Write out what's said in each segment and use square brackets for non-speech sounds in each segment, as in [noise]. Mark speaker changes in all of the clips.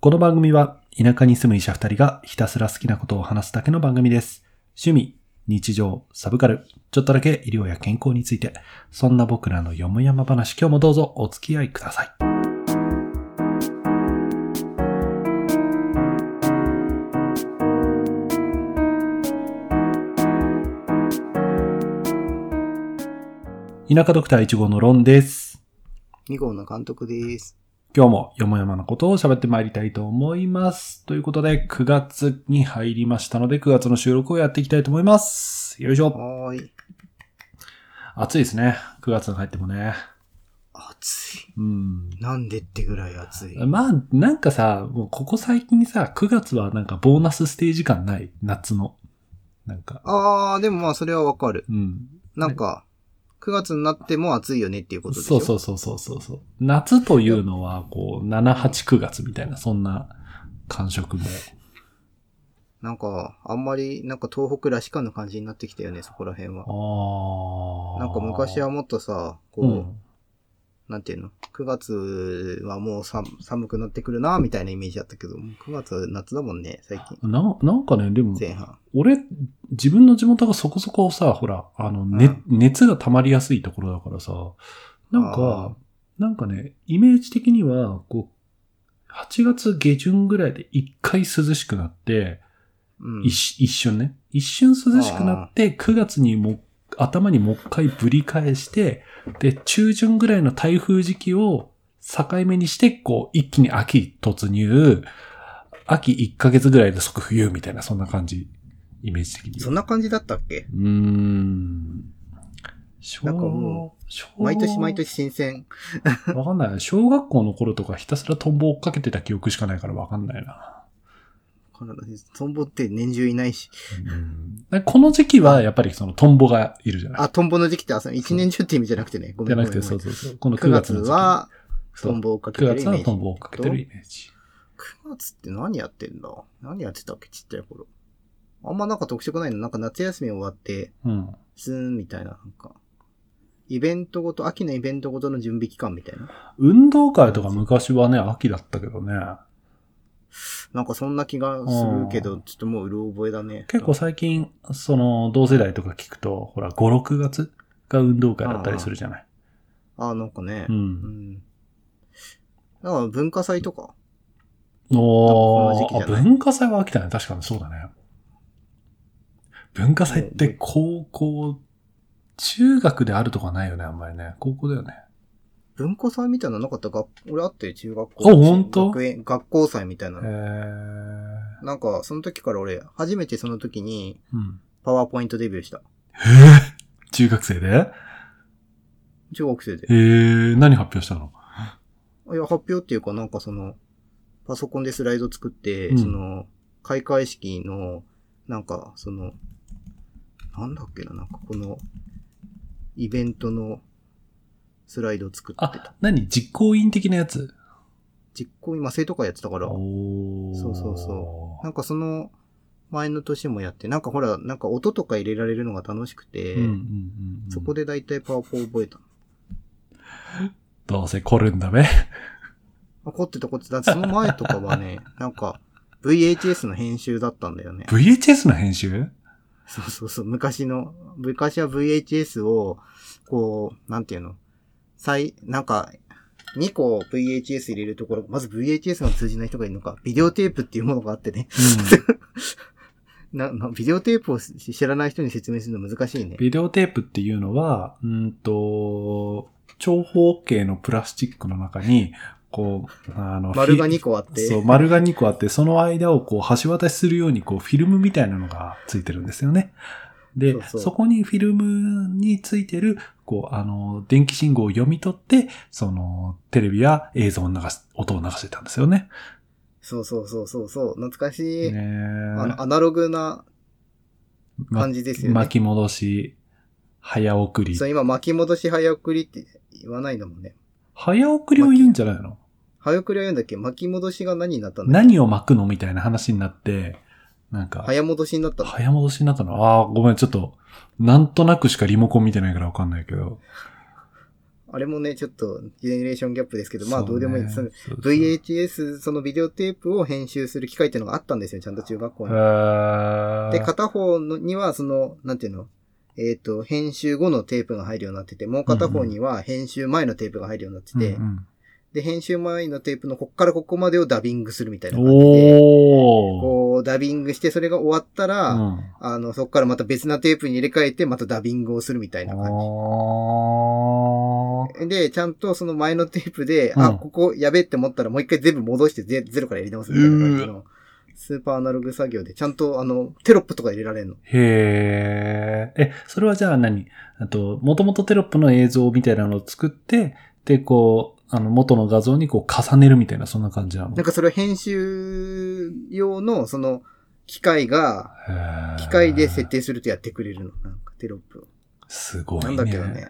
Speaker 1: この番組は田舎に住む医者二人がひたすら好きなことを話すだけの番組です。趣味、日常、サブカル、ちょっとだけ医療や健康について、そんな僕らのよもやま話、今日もどうぞお付き合いください。田舎ドクター1号のロンです。
Speaker 2: 2号の監督です。
Speaker 1: 今日もよもやまなことを喋ってまいりたいと思います。ということで、9月に入りましたので、9月の収録をやっていきたいと思います。よいしょ。
Speaker 2: はーい。
Speaker 1: 暑いですね。9月に入ってもね。
Speaker 2: 暑い。
Speaker 1: うん。
Speaker 2: なんでってぐらい暑い。
Speaker 1: まあ、なんかさ、もうここ最近さ、9月はなんかボーナスステージ感ない。夏の。なんか。
Speaker 2: あー、でもまあそれはわかる。
Speaker 1: うん。
Speaker 2: なんか、9月になっても暑いよねっていうことでし
Speaker 1: そ
Speaker 2: ょ。
Speaker 1: うそううそうそうそうそう。夏というのは、こう、7、8、9月みたいな、そんな感触も。
Speaker 2: なんか、あんまり、なんか東北らしかぬ感じになってきたよね、そこら辺は。
Speaker 1: ああ。
Speaker 2: なんか昔はもっとさ、こう、
Speaker 1: うん、
Speaker 2: なんていうの、9月はもう寒寒くなってくるな、みたいなイメージだったけど、もう9月夏だもんね、最近。
Speaker 1: な、なんかね、でも、
Speaker 2: 前半。
Speaker 1: 俺、自分の地元がそこそこさ、ほら、あの、ね熱が溜まりやすいところだからさ、なん
Speaker 2: あ
Speaker 1: か、なんかね、イメージ的には、こう、8月下旬ぐらいで一回涼しくなって、
Speaker 2: うん。
Speaker 1: 一し一瞬ね、一瞬涼しくなって、9月にもう、頭にもう一回ぶり返して、で、中旬ぐらいの台風時期を境目にして、こう、一気に秋突入、秋1ヶ月ぐらいで即冬みたいな、そんな感じ。イメージ的には。
Speaker 2: そんな感じだったっけ
Speaker 1: うーん。小
Speaker 2: なんかも
Speaker 1: 小
Speaker 2: 毎年毎年新鮮。
Speaker 1: わかんない。小学校の頃とかひたすらトンボ追っかけてた記憶しかないからわかんないな。
Speaker 2: 体にトンボって年中いないし。
Speaker 1: うんでこの時期はやっぱりそのトンボがいるじゃない。
Speaker 2: あ、トンボの時期って、あ、その一年中って意味じゃなくてね。ご
Speaker 1: じ
Speaker 2: め
Speaker 1: ゃ
Speaker 2: ん
Speaker 1: な
Speaker 2: ごめ
Speaker 1: く
Speaker 2: ん
Speaker 1: て、
Speaker 2: ごめ
Speaker 1: そ
Speaker 2: ん
Speaker 1: うそうそう。この9月
Speaker 2: 9月
Speaker 1: の時期
Speaker 2: は、
Speaker 1: そう
Speaker 2: トンボを追っかけ
Speaker 1: 9
Speaker 2: てるイ
Speaker 1: 月
Speaker 2: メ
Speaker 1: は
Speaker 2: ージ。
Speaker 1: トンボを追っかけてるイメージ。
Speaker 2: 9月って何やってんだ何やってたっけちっちゃい頃。あんまなんか特色ないのなんか夏休み終わって、
Speaker 1: うん。
Speaker 2: スーンみたいな、なんか。イベントごと、秋のイベントごとの準備期間みたいな。
Speaker 1: 運動会とか昔はね、秋だったけどね。
Speaker 2: なんかそんな気がするけど、ちょっともううろ覚えだね。
Speaker 1: 結構最近、その、同世代とか聞くと、ほら、5、6月が運動会だったりするじゃない。
Speaker 2: あ、なんかね
Speaker 1: う。。
Speaker 2: うんん。だから文化祭とか。
Speaker 1: お
Speaker 2: なんかこの時期じ
Speaker 1: ー、
Speaker 2: ゃ
Speaker 1: あ
Speaker 2: ない
Speaker 1: 文化祭は飽きたね。確かにそうだね。文化祭って高校、中学であるとかないよね、あんまりね。高校だよね。
Speaker 2: 文化祭みたいなのなかった学俺あったよ、中学校。
Speaker 1: あほんと
Speaker 2: 学園、学校祭みたいな
Speaker 1: え
Speaker 2: の。
Speaker 1: ー。
Speaker 2: なんか、その時から俺、初めてその時に、
Speaker 1: うん。
Speaker 2: パワーポイントデビューした。
Speaker 1: えー、中学生で
Speaker 2: 中学生で。
Speaker 1: えー、何発表したの
Speaker 2: いや、発表っていうか、なんかその、パソコンでスライド作って、
Speaker 1: うん
Speaker 2: その、開会式の、なんか、その、なんだっけな、なんかこの、イベントの、スライドを作ってた
Speaker 1: あ。、何実行委員的なやつ
Speaker 2: 実行、今、生徒会やってたから、
Speaker 1: おー。
Speaker 2: そうそうそうなんかその、前の年もやって、なんかほら、なんか音とか入れられるのが楽しくて、
Speaker 1: うんうんうんうん、
Speaker 2: そこ
Speaker 1: で。
Speaker 2: で大体パワポ覚えた。
Speaker 1: どうせ来るんだべ。 [laughs]
Speaker 2: 怒ってたこってた。だってその前とかはね、
Speaker 1: [laughs]
Speaker 2: なんか、VHS の編集だったんだよね。
Speaker 1: VHS の編集
Speaker 2: そうそうそう。昔の、昔は VHS を、こう、なんていうの、再、なんか、2個 VHS 入れるところ、まず VHS が通じない人がいるのか、ビデオテープっていうものがあってね。 [laughs] な、なビデオテープをし知らない人に説明するの難しいね。
Speaker 1: [laughs] ビデオテープっていうのは、うんと、長方形のプラスチックの中に、こう、あの、
Speaker 2: 丸が
Speaker 1: フィ
Speaker 2: 2個あって。
Speaker 1: そう、丸が2個あって、その間をこう、橋渡しするように、こう、フィルムみたいなのがついてるんですよね。で、
Speaker 2: そ
Speaker 1: そう
Speaker 2: そう
Speaker 1: こにフィルムについてる、こう、あの、電気信号を読み取って、その、テレビや映像を流す、音を流してたんですよね。
Speaker 2: そうそうそうそうそう。懐かし
Speaker 1: ね
Speaker 2: い。
Speaker 1: え
Speaker 2: あの、アナログな
Speaker 1: ま
Speaker 2: 感じですよね。
Speaker 1: 巻き戻し、早送り
Speaker 2: そう、。今巻き戻し早送りって言わないんだもんね。
Speaker 1: 早送りを言うんじゃないの
Speaker 2: 早送りは言うんだっけ巻き戻しが何になったんだっけ
Speaker 1: 何を巻くのみたいな話になって、なんか、
Speaker 2: 早戻しになったの
Speaker 1: 早戻しになったのああ、ごめん、ちょっと、なんとなくしかリモコン見てないからわかんないけど。
Speaker 2: あれもね、ちょっと、ジェネレーションギャップですけど、まあ、
Speaker 1: そうね
Speaker 2: どうでもいいです。その
Speaker 1: そうそう
Speaker 2: VHS、そのビデオテープを編集する機会っていうのがあったんですよ、ちゃんと中学校に。
Speaker 1: へー
Speaker 2: で、片方のには、その、なんていうの、えっ、と、編集後のテープが入るようになってて、もう片方には編集前のテープが入るようになってて、
Speaker 1: うん
Speaker 2: で、編集前のテープのこっからここまでをダビングするみたい
Speaker 1: うん
Speaker 2: な感じ
Speaker 1: お
Speaker 2: で、
Speaker 1: ー
Speaker 2: こう、ダビングして、それが終わったら、
Speaker 1: うん
Speaker 2: あの、そこからまた別なテープに入れ替えて、またダビングをするみたいな感じ。
Speaker 1: あー
Speaker 2: で、ちゃんとその前のテープで、
Speaker 1: う
Speaker 2: あ、
Speaker 1: ん
Speaker 2: ここやべえって思ったらもう一回全部戻してゼゼロからやり直すみたいな感じの、スーパーアナログ作業で、ちゃんとあの、テロップとか入れられるの。
Speaker 1: へーえ、それはじゃあ何あと、もともとテロップの映像みたいなのを作って、で、こう、あの、元の画像にこう重ねるみたいな、そんな感じなの
Speaker 2: なんかそれを編集用の、その、機械が、
Speaker 1: へー
Speaker 2: 機械で設定するとやってくれるの。なんかテロップを。
Speaker 1: すごいね。
Speaker 2: なんだけどね。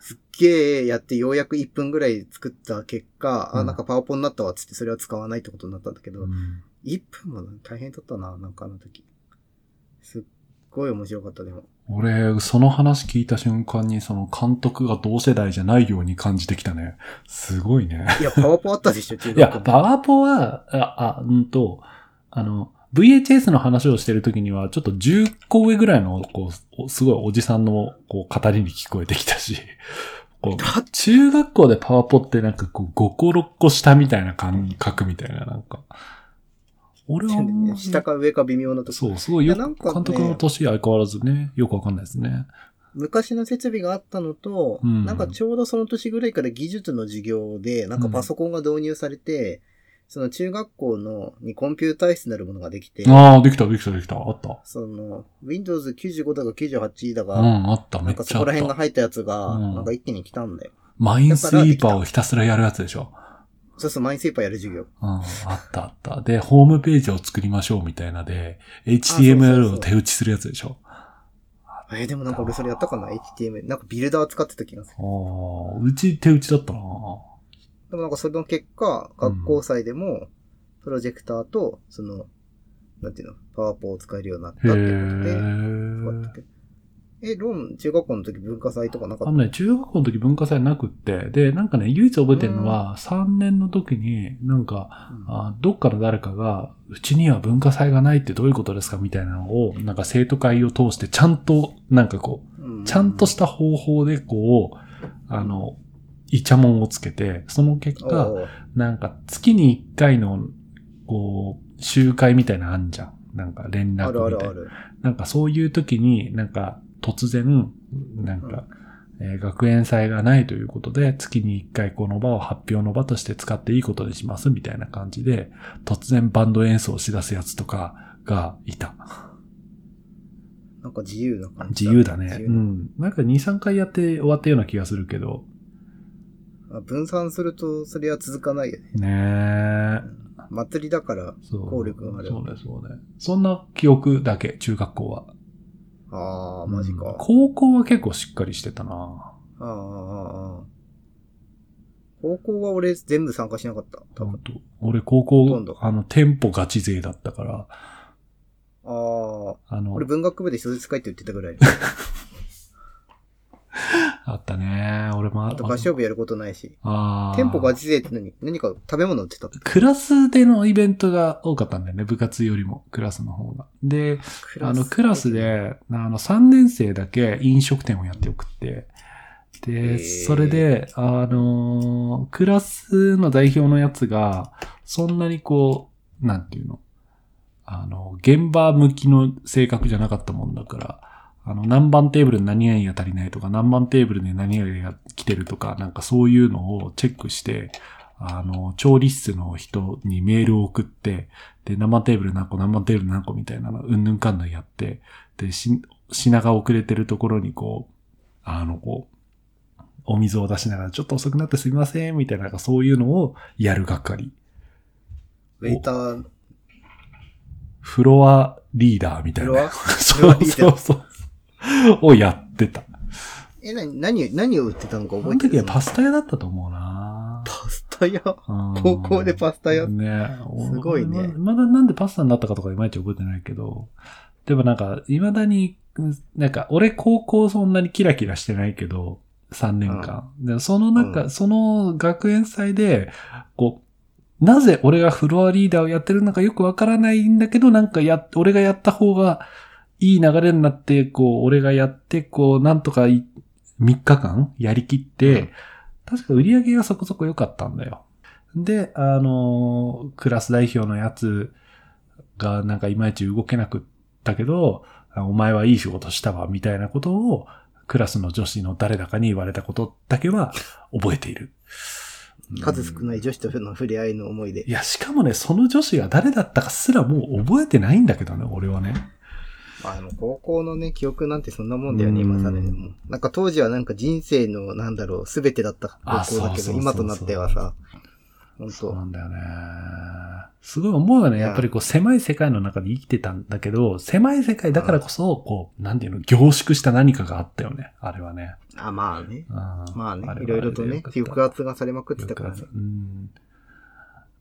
Speaker 2: すっげえやってようやく1分ぐらい作った結果、
Speaker 1: う
Speaker 2: あ、
Speaker 1: ん
Speaker 2: なんかパワポになったわっつってそれは使わないってことになったんだけど、
Speaker 1: うん
Speaker 2: 1分も大変だったな、なんかあの時。すっごい面白かった、でも。
Speaker 1: 俺、その話聞いた瞬間に、その監督が同世代じゃないように感じてきたね。すごいね。
Speaker 2: いや、パワポあったでしょ、中
Speaker 1: いや、
Speaker 2: 学校
Speaker 1: パワポは、あ、あ、うんと、あの、VHS の話をしてるときには、ちょっと10個上ぐらいの、こうお、すごいおじさんの、こう、語りに聞こえてきたし、こう、
Speaker 2: だ
Speaker 1: 中学校でパワポってなんかこう、5個6個下みたいな感覚みたいな、なんか。俺
Speaker 2: [laughs]
Speaker 1: はあんまり、
Speaker 2: ね下か上か微妙なとこ。
Speaker 1: そう、すごいよ
Speaker 2: いやなん
Speaker 1: く、
Speaker 2: かね
Speaker 1: 監督の年相変わらずね、よくわかんないですね。
Speaker 2: 昔の設備があったのと、
Speaker 1: うん
Speaker 2: なんかちょうどその年ぐらいから技術の授業で、なんかパソコンが導入されて、その中学校のにコンピューター室なるものができて、
Speaker 1: ああ、できた、できた、できた。あった。
Speaker 2: その、Windows 95だか98だ
Speaker 1: う
Speaker 2: か、
Speaker 1: ん、あった、め
Speaker 2: なん
Speaker 1: っ
Speaker 2: か
Speaker 1: ち
Speaker 2: そ
Speaker 1: ゃあ
Speaker 2: こ
Speaker 1: っ
Speaker 2: ら辺が
Speaker 1: た。
Speaker 2: 入ったやつが、
Speaker 1: うん
Speaker 2: なんか一気に来たんだよ。
Speaker 1: マインスイーパーをひたすらやるやつでしょ。
Speaker 2: そうそう、マインスイーパーやる授業。
Speaker 1: うん、あったあった。で、ホームページを作りましょうみたいなで、HTML を手打ちするやつでしょ。
Speaker 2: えーでもなんか俺それやったかな ?HTML。なんかビルダー使ってた気がする。
Speaker 1: ああ、うち手打ちだったな
Speaker 2: でもなんかその結果、学校祭でも、プロジェクターと、その、なんていうの、パワーポを使えるようになったって
Speaker 1: へ
Speaker 2: ことで、よかった
Speaker 1: え。
Speaker 2: けどえ、ロン、中学校の時文化祭とかなか
Speaker 1: あ
Speaker 2: っ
Speaker 1: のね、中学校の時文化祭なくって、で、なんかね、唯一覚えてるのは、3年の時に、なんか、
Speaker 2: た、うん
Speaker 1: あどっかの誰かが、うちには文化祭がないってどういうことですかみたいなのを、なんか生徒会を通して、ちゃんと、なんかこう、
Speaker 2: う
Speaker 1: ちゃんとした方法でこう、あの、イチャモンをつけて、その結果、
Speaker 2: おう
Speaker 1: なんか月に1回の、こう、集会みたいなのあんじゃん。なんか連
Speaker 2: ある
Speaker 1: 絡
Speaker 2: あ
Speaker 1: み
Speaker 2: る
Speaker 1: たい
Speaker 2: あ
Speaker 1: な。
Speaker 2: る。
Speaker 1: なんかそういう時に、なんか突然、なんか、えー学園祭がないということで、月に1回この場を発表の場として使っていいことにしますみたいな感じで、突然バンド演奏をし出すやつとかがいた。
Speaker 2: なんか自由な感
Speaker 1: 自
Speaker 2: じ。
Speaker 1: 由だね。
Speaker 2: 自
Speaker 1: う。
Speaker 2: 由なん
Speaker 1: なんか2、3回やって終わったような気がするけど。
Speaker 2: あ分散すると、それは続かないよね。
Speaker 1: ねえ。
Speaker 2: 祭りだから。
Speaker 1: そう。
Speaker 2: 効力がある
Speaker 1: そうね、そうね。そんな記憶だけ、中学校は。
Speaker 2: ああ、マジ
Speaker 1: うん
Speaker 2: か。
Speaker 1: 高校は結構しっかりしてたな
Speaker 2: ああ、ああ、ああ。高校は俺全部参加しなかった。多
Speaker 1: 本
Speaker 2: 分。
Speaker 1: 当俺高
Speaker 2: ほと
Speaker 1: 校
Speaker 2: んど、
Speaker 1: あの、店舗ガチ勢だったから、
Speaker 2: ああ、
Speaker 1: あの
Speaker 2: 俺、文学部で小説書いて言ってたぐらい。
Speaker 1: あったね俺もあ
Speaker 2: あと合唱部やることないし。
Speaker 1: ああ。
Speaker 2: 店舗ガチ勢って何何か食べ物売ってたって
Speaker 1: クラスでのイベントが多かったんだよね、部活よりも、クラスの方が。で、
Speaker 2: ク
Speaker 1: あの、クラス。で、あの、3年生だけ飲食店をやっておくって。
Speaker 2: へ
Speaker 1: で、
Speaker 2: ー
Speaker 1: それで、あのークラスの代表のやつが、そんなにこう、なんていうの、あの、現場向きの性格じゃなかったもんだから、あの、何番テーブルに何々が足りないとか、何番テーブルで何々が来てるとか、なんかそういうのをチェックして、あの、調理室の人にメールを送って、で、生テーブル何個、生テーブル何個みたいなの、うんぬんかんぬんやって、で、し、品が遅れてるところにこう、あの、こう、お水を出しながら、ちょっと遅くなってすみません、みたいな、なんかそういうのをやる係。
Speaker 2: ウェイター、
Speaker 1: フロアリーダーみたい
Speaker 2: フロ
Speaker 1: な。
Speaker 2: ア
Speaker 1: そう [laughs] そうそう。をやってた。
Speaker 2: え、なに、何、何を売ってたのか
Speaker 1: あ
Speaker 2: 覚え
Speaker 1: の
Speaker 2: てる
Speaker 1: 時はパスタ屋だったと思うな
Speaker 2: パスタ屋
Speaker 1: 高
Speaker 2: 高校でパスタ屋
Speaker 1: ね。
Speaker 2: すごいね
Speaker 1: 俺ままだなんでパスタになったかとかいまいち覚えてないけど、でもなんか、いまだに、うんなんか、俺高校そんなにキラキラしてないけど、 3年間。で、その中、その学園祭で、こう、なぜ俺がフロアリーダーをやってるのかよくわからないんだけど、なんかや、俺がやった方がいい流れになって、こう、俺がやって、こう、なんとかい3日間やりきって、
Speaker 2: うん
Speaker 1: 確か売り上げがそこそこ良かったんだよ。で、あのークラス代表のやつがなんかいまいち動けなくったけど、あお前はいい仕事したわ、みたいなことを、クラスの女子の誰だかに言われたことだけは覚えている。。
Speaker 2: 数少ないい女子との触れ合いの思いで
Speaker 1: い。や、しかもね、その女子が誰だったかすらもう覚えてないんだけどね、俺はね。
Speaker 2: まあでも高校のね、記憶なんてそんなもんだよね、今さらで
Speaker 1: う
Speaker 2: も。なんか当時はなんか人生の、なんだろう、すべてだった
Speaker 1: あ
Speaker 2: 高
Speaker 1: そ
Speaker 2: 校だけ
Speaker 1: うそうそうそ
Speaker 2: ど、
Speaker 1: う
Speaker 2: 今となってはさ、本
Speaker 1: そう
Speaker 2: 当
Speaker 1: なんだよね。すごい思うよね。
Speaker 2: いや
Speaker 1: やっぱりこう、狭い世界の中で生きてたんだけど、狭い世界だからこそ、こう、なんていうの、凝縮した何かがあったよね、あれはね。
Speaker 2: あ、まあね。
Speaker 1: うん
Speaker 2: まあね
Speaker 1: れはれ、で
Speaker 2: いろいろと
Speaker 1: よ
Speaker 2: ね
Speaker 1: かっ、た
Speaker 2: 抑圧がされまくってたからね
Speaker 1: よ。くうん。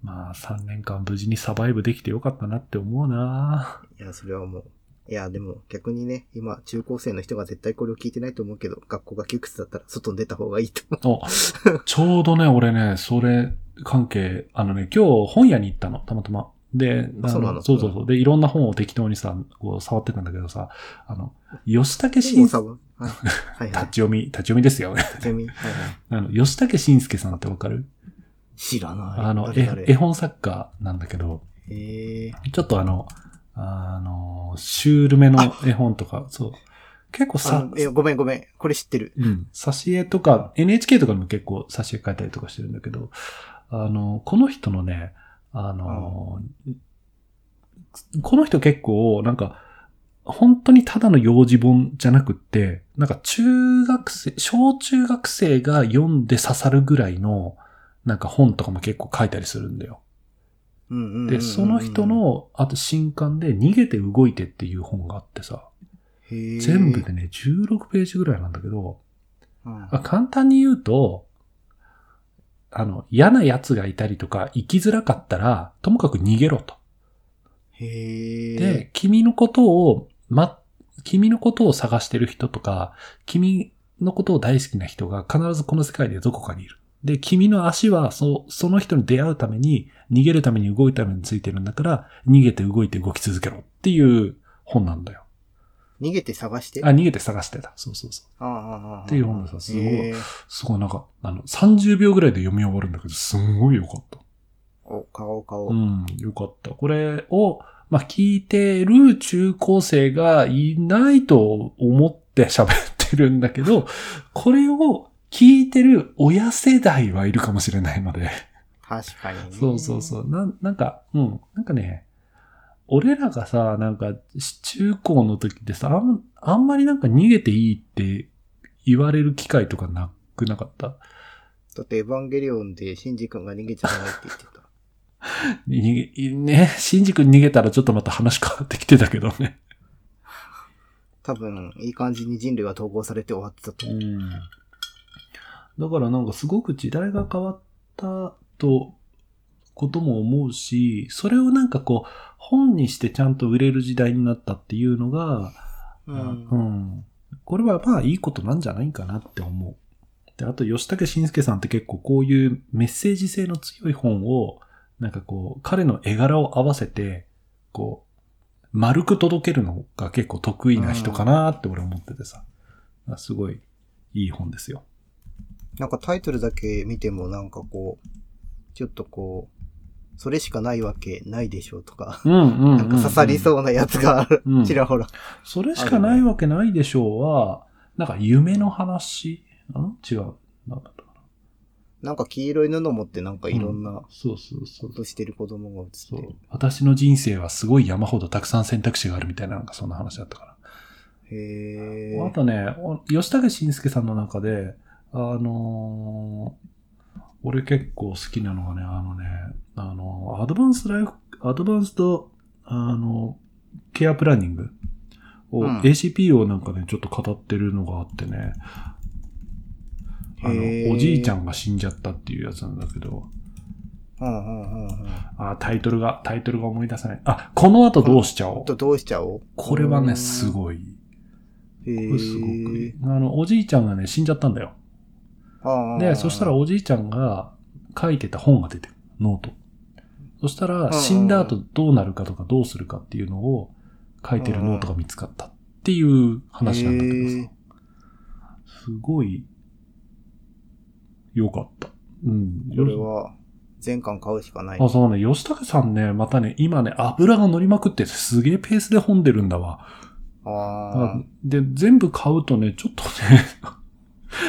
Speaker 1: まあ、3年間無事にサバイブできてよかったなって思う
Speaker 2: [laughs]
Speaker 1: ない
Speaker 2: や、それはもう。いや、でも逆にね、今、中高生の人が絶対これを聞いてないと思うけど、学校が窮屈だったら外に出た方がいいと思
Speaker 1: お、ちょうどね、俺ね、それ関係、あのね、今日本屋に行ったの、たまたま。で、
Speaker 2: あ
Speaker 1: あ
Speaker 2: そうなの
Speaker 1: そうそうそう。で、いろんな本を適当にさ、こう触ってたんだけどさ、あの、吉武
Speaker 2: う。
Speaker 1: 慎
Speaker 2: も
Speaker 1: 介
Speaker 2: うさ、はいはい
Speaker 1: 立
Speaker 2: は
Speaker 1: ち
Speaker 2: い。
Speaker 1: 読み、立ち読みですよ。 [laughs]
Speaker 2: ちなみに、はいは
Speaker 1: あ
Speaker 2: い。
Speaker 1: の、吉武慎介さんってわかる
Speaker 2: 知らない。
Speaker 1: あの、
Speaker 2: 誰
Speaker 1: え
Speaker 2: 々
Speaker 1: 絵本作家なんだけど、
Speaker 2: えー、
Speaker 1: ちょっとあの、あの、シュールめの絵本とか、そう。結構
Speaker 2: あ
Speaker 1: さ
Speaker 2: の、えごめんごめん。これ知ってる。
Speaker 1: うん。挿絵とか、NHK とかにも結構挿絵描いたりとかしてるんだけど、あの、この人のね、あの、この人結構、なんか、本当にただの幼児本じゃなくって、なんか中学生、小中学生が読んで刺さるぐらいの、なんか本とかも結構書いたりするんだよ。
Speaker 2: うんうんうんうんうん
Speaker 1: で、その人、の、あと新刊で、逃げて動いてっていう本があってさ、全
Speaker 2: 全
Speaker 1: 部でね、16ページぐらいなんだけど、
Speaker 2: うん
Speaker 1: まあ、簡単に言うと、あの、嫌な奴がいたりとか、生きづらかったら、ともかく逃げろと。
Speaker 2: へえ。
Speaker 1: で、君のことを、ま、君のことを探してる人とか、君のことを大好きな人が必ずこの世界でどこかにいる。で、君の足は、そう、その人に出会うために、逃げるために動いためについてるんだから、逃げて動いて動き続けろっていう本なんだよ。
Speaker 2: 逃げて探して。
Speaker 1: あ、逃げて探してた。そうそうそう。
Speaker 2: ああああ
Speaker 1: っていう本でさすごい
Speaker 2: へー
Speaker 1: すごいなんか、あの、30秒ぐらいで読み終わるんだけど、すんごい良かった。
Speaker 2: お、顔顔。
Speaker 1: う
Speaker 2: うん
Speaker 1: ん、よかった。これを、まあ、聞いてる中高生がいないと思って喋ってるんだけど、これを聞いてる親世代はいるかもしれないので。
Speaker 2: 確かにね。。
Speaker 1: そうそうそうう。なん、なんか、うん、なんかね、俺らがさ、なんか、中高の時ってさ、あんあんまりなんか逃げていいって言われる機会とかなくなかった
Speaker 2: だってエヴァンゲリオンでシンジ君が逃げちゃダメって言ってた。
Speaker 1: 逃げ、ね、新宿に逃げたらちょっとまた話変わってきてたけどね。
Speaker 2: 多分、いい感じに人類は統合されて終わってたと思う。
Speaker 1: ん。だからなんかすごく時代が変わったと、ことも思うし、それをなんかこう、本にしてちゃんと売れる時代になったっていうのが、
Speaker 2: うん。
Speaker 1: うんこれはまあいいことなんじゃないかなって思う。で、あと、吉武慎介さんって結構こういうメッセージ性の強い本を、なんかこう、彼の絵柄を合わせて、こう、丸く届けるのが結構得意な人かなって俺思っててさ。すごいいい本ですよ。
Speaker 2: なんかタイトルだけ見てもなんかこう、ちょっとこう、それしかないわけないでしょうとか、
Speaker 1: うんうんうんうん、
Speaker 2: なんか刺さりそうなやつがある
Speaker 1: うん。
Speaker 2: ちらほら。
Speaker 1: それしかないわけないでしょうは、なんか夢の話ん違う。なんだったかな
Speaker 2: なんか黄色い布持ってなんかいろんな
Speaker 1: そうそうそう
Speaker 2: こ。としてる子供が映って
Speaker 1: そう
Speaker 2: る。。
Speaker 1: 私の人生はすごい山ほどたくさん選択肢があるみたいな、なんかそんな話だったか
Speaker 2: へ
Speaker 1: ら。あ
Speaker 2: え。
Speaker 1: とね、お吉武慎介さんの中で、あのー俺結構好きなのがね、あのね、あのーアドバンスライフ、アドバンスと、あのーケアプランニングを、
Speaker 2: うん
Speaker 1: ACP をなんかね、ちょっと語ってるのがあってね、あ
Speaker 2: へー
Speaker 1: の、おじいちゃんが死んじゃったっていうやつなんだけど、
Speaker 2: うんうんうんうん。
Speaker 1: あー、タイトルが、タイトルが思い出せない。あ、この後どうしちゃおう
Speaker 2: と。どうしちゃおう
Speaker 1: これはね、すごい。
Speaker 2: い。へ
Speaker 1: こ
Speaker 2: え
Speaker 1: れすごくいい。あの、おじいちゃんがね、死んじゃったんだよ。
Speaker 2: あー
Speaker 1: で、そしたら、おじいちゃんが書いてた本が出てくる、ノート。そしたら、
Speaker 2: うん
Speaker 1: 死んだ後どうなるかとかどうするかっていうのを書いてるノートが見つかったっていう話なんだけど
Speaker 2: へー
Speaker 1: さ。すごい、良かった。うん。
Speaker 2: これは、全巻買うしかない。
Speaker 1: あ、そうね。吉武さんね、またね、今ね、油が乗りまくっててすげえペースで本出るんだわ。だか
Speaker 2: あ
Speaker 1: らで、全部買うとね、ちょっとね、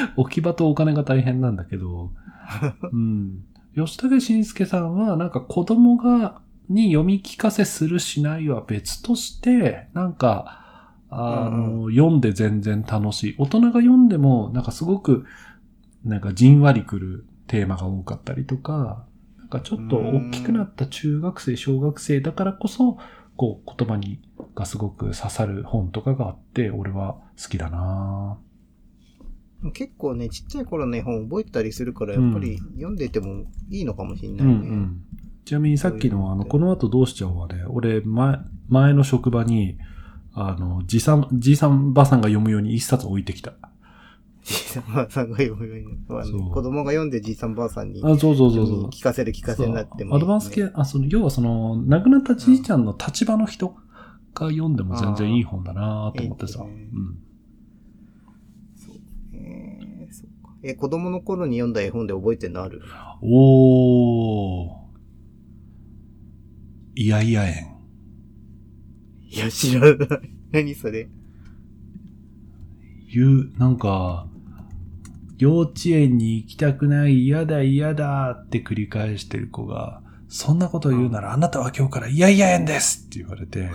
Speaker 1: [laughs] 置き場とお金が大変なんだけ [laughs] ど、うん。吉武慎介さんは、なんか子供が、に読み聞かせするしないは別として、なんか、あの、読んで全然楽しい。大人が読んでも、なんかすごく、なんかじんわりくるテーマが多かったりとか、なんかちょっと大きくなった中学生、小学生だからこそ、こう言葉にがすごく刺さる本とかがあって、俺は好きだなぁ
Speaker 2: あ。結構ね、ちっちゃい頃の絵本覚えてたりするから、やっぱり読んでてもいいのかもしれな
Speaker 1: う
Speaker 2: い
Speaker 1: んう
Speaker 2: ね。
Speaker 1: ん。ちなみにさっき
Speaker 2: そういう
Speaker 1: の
Speaker 2: の
Speaker 1: あ
Speaker 2: って
Speaker 1: の、この後どうしちゃおうはね、俺前、前の職場に、あの、じいさん、じいさんばあさんが読むように一冊置いてきた。
Speaker 2: じいさんばあさんが読むように。まあね
Speaker 1: そう
Speaker 2: 子供が読んでじいさんばあさんに
Speaker 1: あ、そうそうそうそう。
Speaker 2: 聞かせる聞かせるなって
Speaker 1: そうアドバンス系、あ、その、要はその、亡くなったじいちゃんの立場の人が読んでも全然いい本だなと思ってさ。
Speaker 2: あー
Speaker 1: う
Speaker 2: いいね
Speaker 1: ん。
Speaker 2: えーそっかえ、子供の頃に読んだ絵本で覚えてるのある
Speaker 1: おー。いやいや園。
Speaker 2: いや、知らない。 [laughs] 何それ
Speaker 1: いう、なんか、幼稚園に行きたくない、嫌だ嫌だって繰り返してる子が、そんなことを言うならあなたは今日からいやいや園ですって言われて、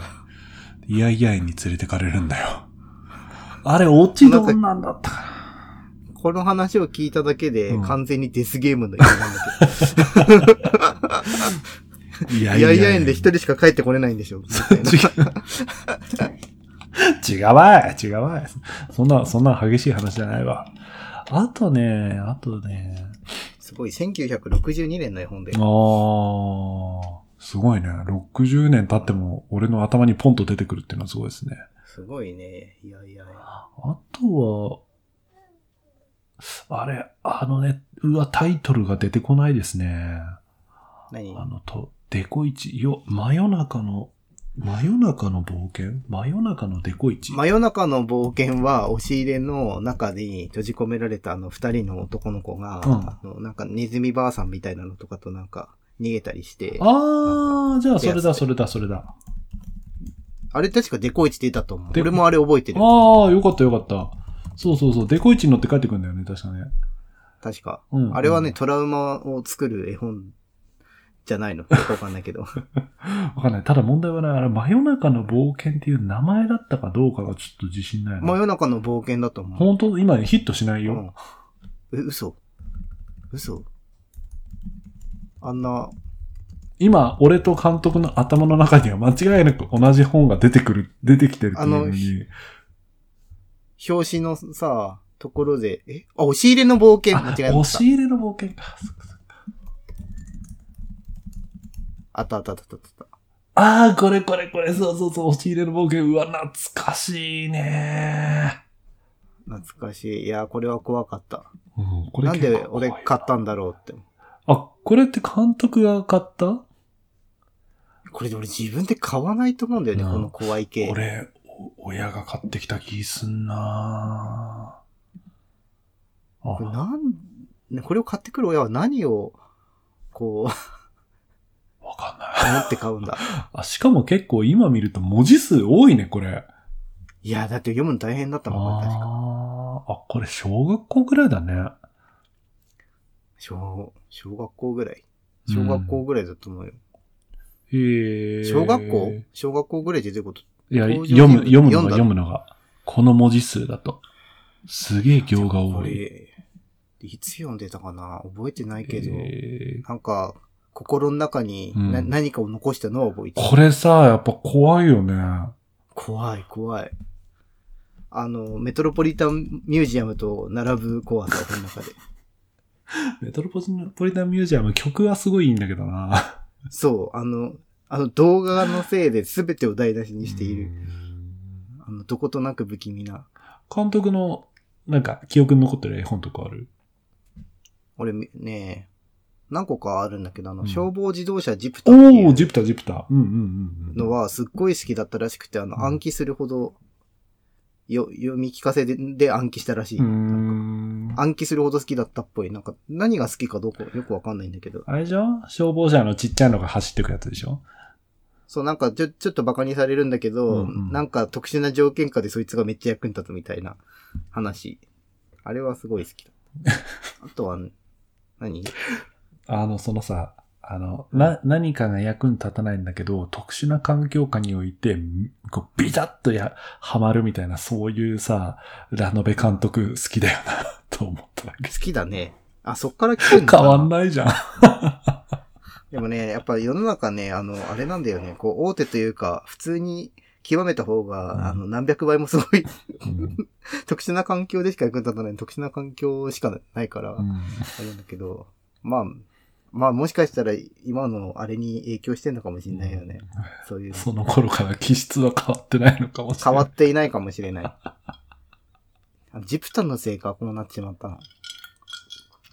Speaker 1: いやいや園に連れてかれるんだよ。あれ、オチどんなんだったかな
Speaker 2: この話を聞いただけで、
Speaker 1: うん
Speaker 2: 完全にデスゲームの絵本なんだけ
Speaker 1: いや
Speaker 2: [laughs] ど。いやいや園で一人しか帰ってこれないんでしょみたいな
Speaker 1: 違う。違うわい違うわいそんな、そんな激しい話じゃないわ。あとね、あとね、
Speaker 2: すごい、1962年の絵本で
Speaker 1: あ。ー、すごいね。60年経っても俺の頭にポンと出てくるっていうのはすごいですね。
Speaker 2: すごいね。いやいや園。
Speaker 1: あとは、あれ、あのね、うわ、タイトルが出てこないですね。
Speaker 2: 何
Speaker 1: あの、と、デコイチ、よ、真夜中の、真夜中の冒険真夜中のデコイチ。
Speaker 2: 真夜中の冒険は、押し入れの中に閉じ込められたあの二人の男の子が、
Speaker 1: うん
Speaker 2: あのなんかネズミばあさんみたいなのとかとなんか逃げたりして、あ
Speaker 1: あー、じゃあそれだ、
Speaker 2: やつ
Speaker 1: それだ、それだ。
Speaker 2: れ確かデコイチ出たと思う。
Speaker 1: で
Speaker 2: 俺もあれ覚えてる。
Speaker 1: ああ、よかったよかった。そうそうそう。デコイチに乗って帰ってくるんだよね、確かね。
Speaker 2: 確か。
Speaker 1: うん。
Speaker 2: あれはね、トラウマを作る絵本じゃないの。よくわかん [laughs] ないけど。
Speaker 1: わかんない。ただ問題はね、あれ、真夜中の冒険っていう名前だったかどうかがちょっと自信ない
Speaker 2: 真
Speaker 1: な。
Speaker 2: 夜中の冒険だと思う。
Speaker 1: 本当今ヒットしないよ。
Speaker 2: うんえ、嘘嘘あんな、
Speaker 1: 今、俺と監督の頭の中には間違いなく同じ本が出てくる、出てきてるっていうの
Speaker 2: あの
Speaker 1: に。
Speaker 2: 表紙のさ、ところで、えあ、押し入れの冒険間違え
Speaker 1: あ
Speaker 2: ま
Speaker 1: 押
Speaker 2: した
Speaker 1: し。入れの冒険か。そっかそっか
Speaker 2: あったあったあったあった。
Speaker 1: ああ、これこれこれ、そうそうそう、押し入れの冒険。うわ、懐かしいね。
Speaker 2: 懐かしい。いや、これは怖かった。
Speaker 1: うん、これ
Speaker 2: なん
Speaker 1: 結構
Speaker 2: で俺
Speaker 1: 怖い
Speaker 2: 買ったんだろうって。
Speaker 1: あ、これって監督が買った
Speaker 2: これで俺自分で買わないと思うんだよね、
Speaker 1: うん
Speaker 2: この怖い系。
Speaker 1: 俺、お親が買ってきた気すんなぁ
Speaker 2: これ
Speaker 1: あ、
Speaker 2: なん、ねこれを買ってくる親は何を、こう、 [laughs]
Speaker 1: わかんない。
Speaker 2: 思って買うんだ。
Speaker 1: あ、しかも結構今見ると文字数多いね、これ。
Speaker 2: いや、だって読むの大変だった
Speaker 1: あ
Speaker 2: もん、これ確か。
Speaker 1: ーあ、これ小学校ぐらいだね。
Speaker 2: 小、小学校ぐらい。小学校ぐらいだと思うよ。
Speaker 1: へー
Speaker 2: 小学校小学校ぐらいでどういうこと
Speaker 1: いや、
Speaker 2: 登場
Speaker 1: 読む、読むのが、
Speaker 2: 人物
Speaker 1: 読むのが。この文字数だと。すげえ行が
Speaker 2: こ
Speaker 1: 多い。
Speaker 2: れ、いつ読んでたかな覚えてないけど、
Speaker 1: えー
Speaker 2: なんか、心の中に
Speaker 1: うん
Speaker 2: な、何かを残したのは覚えてる
Speaker 1: これさ、やっぱ怖いよね。
Speaker 2: 怖い、怖い。あの、メトロポリタンミュージアムと並ぶ怖さ、この
Speaker 1: [laughs]
Speaker 2: 中で。
Speaker 1: メトロポリタンミュージアム曲はすごいいいんだけどな。
Speaker 2: そう、あの、あの動画のせいで全てを台無しにしている。あの、どことなく不気味な。
Speaker 1: 監督の、なんか、記憶に残ってる絵本とかある
Speaker 2: 俺ね、何個かあるんだけど、あの、
Speaker 1: うん
Speaker 2: 消防自動車ジプタってい
Speaker 1: おー、ジ
Speaker 2: う
Speaker 1: プター、ジプター。うんうんうんうん。
Speaker 2: のはすっごい好きだったらしくて、あ
Speaker 1: うん
Speaker 2: の、暗記するほど、よ、読み聞かせでで暗記したらしい。
Speaker 1: うーん。
Speaker 2: 暗記するほど好きだったっぽい。なんか、何が好きかどうかよくわかんないんだけど。
Speaker 1: あれでしょ消防車のちっちゃいのが走ってくやつでしょ
Speaker 2: そう、なんか、ちょ、ちょっとバカにされるんだけど、
Speaker 1: うんうん
Speaker 2: なんか特殊な条件下でそいつがめっちゃ役に立つみたいな話。あれはすごい好きだ
Speaker 1: [laughs]
Speaker 2: った。あとは、何
Speaker 1: あの、そのさ、あの、な、何かが役に立たないんだけど、特殊な環境下において、んこうビタッとや、はまるみたいな、そういうさ、ラノベ監督好きだよな、と思っただけ。
Speaker 2: 好きだね。あ、そっから来てんだ。
Speaker 1: 変わんないじゃん。
Speaker 2: でもね、やっぱ世の中ね、あの、あれなんだよね。こう、大手というか、普通に極めた方が、
Speaker 1: うん
Speaker 2: あの、何百倍もすごい、
Speaker 1: うん
Speaker 2: 特殊な環境でしか役に立たない、特殊な環境しかないから、
Speaker 1: う
Speaker 2: あ
Speaker 1: ん
Speaker 2: れなんだけど、まあ、まあもしかしたら今のあれに影響してんのかもしれないよね。そういう。
Speaker 1: その頃から気質は変わってないのかもしれ
Speaker 2: 変
Speaker 1: ない。
Speaker 2: わっていないかもしれない。あジプタのせいか、こうなってしまった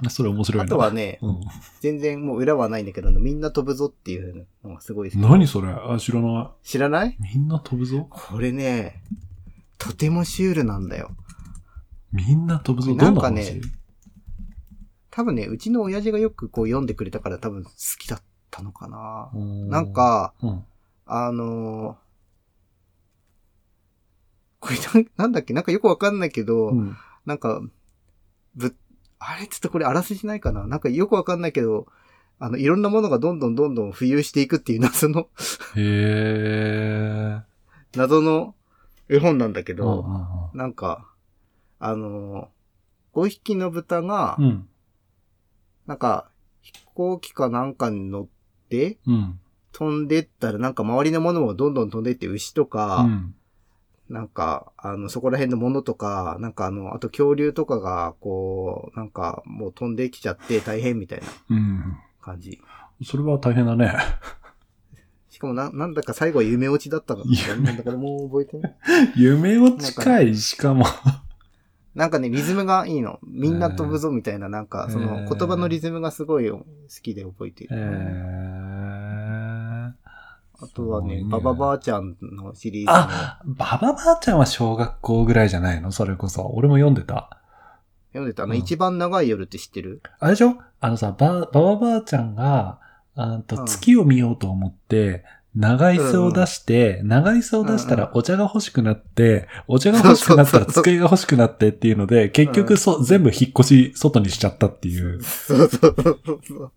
Speaker 2: な。
Speaker 1: それ面白いな。
Speaker 2: あとはね、
Speaker 1: うん、
Speaker 2: 全然もう裏はないんだけど、あのみんな飛ぶぞっていうのがすごい好き。
Speaker 1: 何それあ、知らな
Speaker 2: 知らない
Speaker 1: い。みんな飛ぶぞ
Speaker 2: これね、とてもシュールなんだよ。
Speaker 1: みんな飛ぶぞ。
Speaker 2: な
Speaker 1: どん
Speaker 2: ん
Speaker 1: な
Speaker 2: か
Speaker 1: 話、
Speaker 2: ね多分ね、うちの親父がよくこう読んでくれたから多分好きだったのかな。なん、か、
Speaker 1: うん、
Speaker 2: あのーこれなんなんだっけなんかよくわかんないけど、
Speaker 1: うん
Speaker 2: なんか、ぶ、あれちょっとこれあらすじないかななんかよくわかんないけど、あの、いろんなものがどんどんどんどん浮遊していくっていう謎の、
Speaker 1: へ
Speaker 2: [laughs]
Speaker 1: え。
Speaker 2: 謎の絵本なんだけ
Speaker 1: うんう
Speaker 2: ど、
Speaker 1: ん
Speaker 2: なんか、あのー、5匹の豚が、
Speaker 1: うん。
Speaker 2: なんか、飛行機かなんかに乗って、
Speaker 1: うん。
Speaker 2: 飛んでったら、なんか周りのものもどんどん飛んでって、牛と
Speaker 1: う
Speaker 2: か、
Speaker 1: ん。
Speaker 2: なんか、あの、そこら辺のものとか、なんかあの、あと恐竜とかが、こう、なんかもう飛んできちゃって大変みたいな
Speaker 1: うん。
Speaker 2: 感じ。
Speaker 1: それは大変だね。 [laughs]
Speaker 2: しかもな、なんだか最後は夢落ちだったの。
Speaker 1: 夢
Speaker 2: なんだかもう覚えてない。
Speaker 1: 夢を近い、しかも。
Speaker 2: なんかね、リズムがいいの。みんな飛ぶぞみたいな、なんか、そ
Speaker 1: え
Speaker 2: の
Speaker 1: ー
Speaker 2: 言葉のリズムがすごい好きで覚えてい
Speaker 1: え
Speaker 2: る。
Speaker 1: ー。
Speaker 2: あとは
Speaker 1: すごい
Speaker 2: ね、
Speaker 1: ね
Speaker 2: ババばあちゃんのシリーズの
Speaker 1: あ、ババばあちゃんは小学校ぐらいじゃないのそれこそ。俺も読んでた。
Speaker 2: 読んでたあの、
Speaker 1: うん
Speaker 2: 一番長い夜って知ってる
Speaker 1: あれでしょあのさ、ば、ばばばあちゃんが、あん
Speaker 2: う
Speaker 1: と
Speaker 2: ん
Speaker 1: 月を見ようと思って、長椅子を出して、長椅子を出した
Speaker 2: うん
Speaker 1: らお茶が欲しくなって、お茶が欲しくなったら
Speaker 2: そうそうそう
Speaker 1: 机が欲しくなってっていうので、結局そ、全部引っ越し外にしちゃったっていう。
Speaker 2: そうそうそうそう。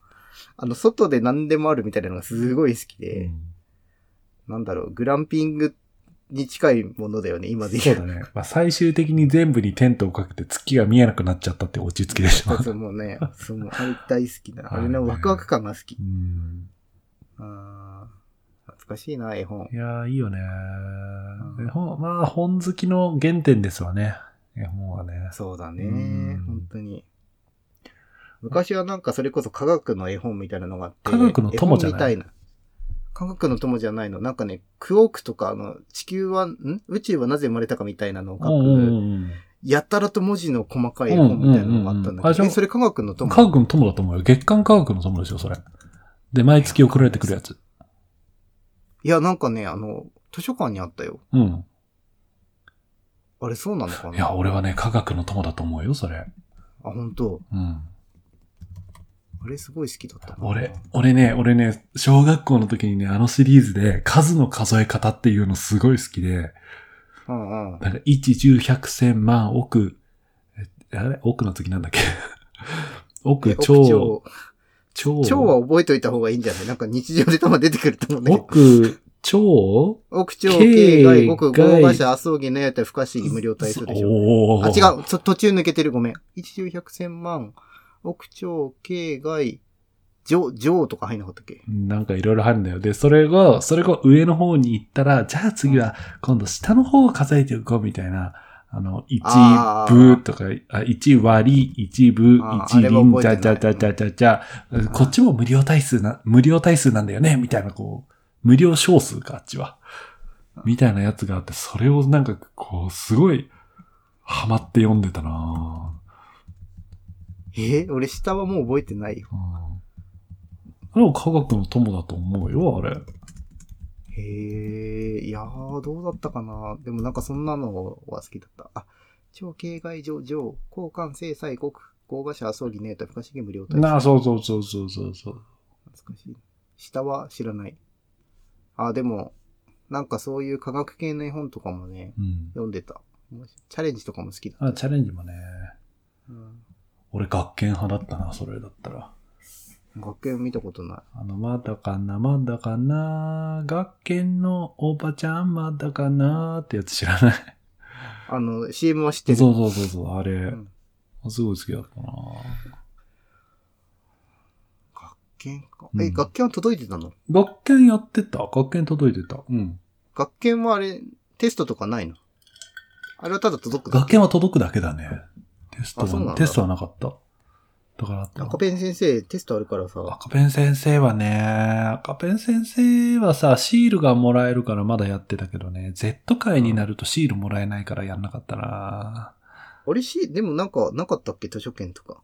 Speaker 2: あの、外で何でもあるみたいなのがすごい好き
Speaker 1: う
Speaker 2: で、
Speaker 1: ん
Speaker 2: なんだろう、グランピングに近いものだよね、今で
Speaker 1: そう
Speaker 2: 言
Speaker 1: だね。まあ、最終的に全部にテントをかけて月が見えなくなっちゃったって落ち着きでしょ。
Speaker 2: そうも
Speaker 1: [laughs]
Speaker 2: うね、そうもうあれ大好きな。あれ
Speaker 1: は
Speaker 2: の
Speaker 1: い
Speaker 2: ワクワク感が好き
Speaker 1: う。ん。
Speaker 2: あー懐かしいな、絵本
Speaker 1: い。やー、いいよね
Speaker 2: うん
Speaker 1: 絵本、まあ、本好きの原点ですわね。絵本はね。
Speaker 2: そうだ
Speaker 1: う
Speaker 2: ね
Speaker 1: ん。
Speaker 2: 本当に。昔はなんかそれこそ科学の絵本みたいなのがあって。
Speaker 1: 科学の友じゃ
Speaker 2: 絵本
Speaker 1: な
Speaker 2: みた
Speaker 1: い
Speaker 2: いな。科学の友じゃないの。なんかね、クオークとか、あの、地球は、ん宇宙はなぜ生まれたかみたいなのを書
Speaker 1: うんうん
Speaker 2: く、
Speaker 1: うん
Speaker 2: やたらと文字の細かい絵本みたいなのがあった
Speaker 1: うんう
Speaker 2: んだ
Speaker 1: んうんあ
Speaker 2: け
Speaker 1: じ
Speaker 2: ど、
Speaker 1: ゃあ
Speaker 2: えそれ科学の
Speaker 1: うん。
Speaker 2: 友
Speaker 1: 科学の友だと思うよ。月刊科学の友でしょ、それ。で、毎月送られてくるやつ。
Speaker 2: いや、なんかね、あの、図書館にあったよ。
Speaker 1: うん。
Speaker 2: あれそうなのか
Speaker 1: い
Speaker 2: な
Speaker 1: や、
Speaker 2: あ、
Speaker 1: 俺はね、科学の友だと思うよ、それ。
Speaker 2: 本当
Speaker 1: うん。
Speaker 2: あれすごい好きだったな。
Speaker 1: 俺、俺ね、俺ね、小学校の時にね、あのシリーズで、数の数え方っていうのすごい好きで、
Speaker 2: うんうん。
Speaker 1: なんか、一、十、百、千、万、億、えあれ億の次なんだっけ [laughs]
Speaker 2: え
Speaker 1: 億、
Speaker 2: 奥
Speaker 1: 超、超、
Speaker 2: 蝶は覚えといた方がいいんじゃないなんか日常でたま出てくると思うんだけど。
Speaker 1: 奥、超
Speaker 2: 奥長、
Speaker 1: 慶
Speaker 2: 慶、外、極、
Speaker 1: 外
Speaker 2: 合馬車、麻生木、のやた、不可思議、無料体数でしょ。
Speaker 1: お
Speaker 2: あ、違
Speaker 1: ー
Speaker 2: う、ちょ途中抜けてる、ごめん。一十百千万、奥長、慶、外、上、上とか入んなかったっけ
Speaker 1: なんかいろいろ入るんだよ。で、それが、それが上の方に行ったら、じゃあ次は今度下の方を数えていこうみたいな。あの、
Speaker 2: あ
Speaker 1: 1
Speaker 2: ー
Speaker 1: 部とか、あ1割、1分、
Speaker 2: あーあ
Speaker 1: 1
Speaker 2: れは
Speaker 1: 輪、
Speaker 2: 覚
Speaker 1: じゃ
Speaker 2: え
Speaker 1: じ
Speaker 2: てな
Speaker 1: ゃ
Speaker 2: い
Speaker 1: じゃじゃじゃじゃ、
Speaker 2: ん
Speaker 1: こっちも無料対数な、無料対数なんだよね、みたいなこう、無料小数か、あっちは。みたいなやつがあって、それをなんかこう、すごい、ハマって読んでたなぁ
Speaker 2: え俺下はもう覚えてないよ。
Speaker 1: うん。あれは科学の友だと思うよ、あれ。
Speaker 2: へえ、いやー、どうだったかな。でもなんかそんなのは好きだった。あ、超形外上上、交換制裁国、合馬者葬儀ねえと不可思議無料体。
Speaker 1: なあ、そうそうそうそうそうそう。
Speaker 2: 懐かしい。下は知らない。あ、でも、なんかそういう科学系の絵本とかもね、
Speaker 1: うん。
Speaker 2: 読んでた。面白いチャレンジとかも好きだった。
Speaker 1: あ、チャレンジもね。
Speaker 2: うん、
Speaker 1: 俺、学研派だったな、それだったら。
Speaker 2: 学園見たことない。
Speaker 1: あの、まだかな、まだかな、学研のおばちゃん、まだかなってやつ知らない。
Speaker 2: あの、CM は知って
Speaker 1: そう
Speaker 2: る。
Speaker 1: そうそうそう、あれ、
Speaker 2: ん
Speaker 1: すごい好きだったな
Speaker 2: 学研か。
Speaker 1: う
Speaker 2: え、
Speaker 1: ん
Speaker 2: 学研は届いてたの
Speaker 1: 学研やってた学研届いてた。うん。
Speaker 2: 学研はあれ、テストとかないのあれはただ届くだ
Speaker 1: 学
Speaker 2: け。
Speaker 1: 研は届くだけだね。テスト
Speaker 2: あそうなん
Speaker 1: は、
Speaker 2: だ
Speaker 1: テストはなかった。だから、
Speaker 2: 赤ペン先生、テストあるからさ。
Speaker 1: 赤ペン先生はね、赤ペン先生はさ、シールがもらえるからまだやってたけどね、Z 回になるとシールもらえないからやんなかったな
Speaker 2: あれし、でもなんか、なかったっけ図書券とか。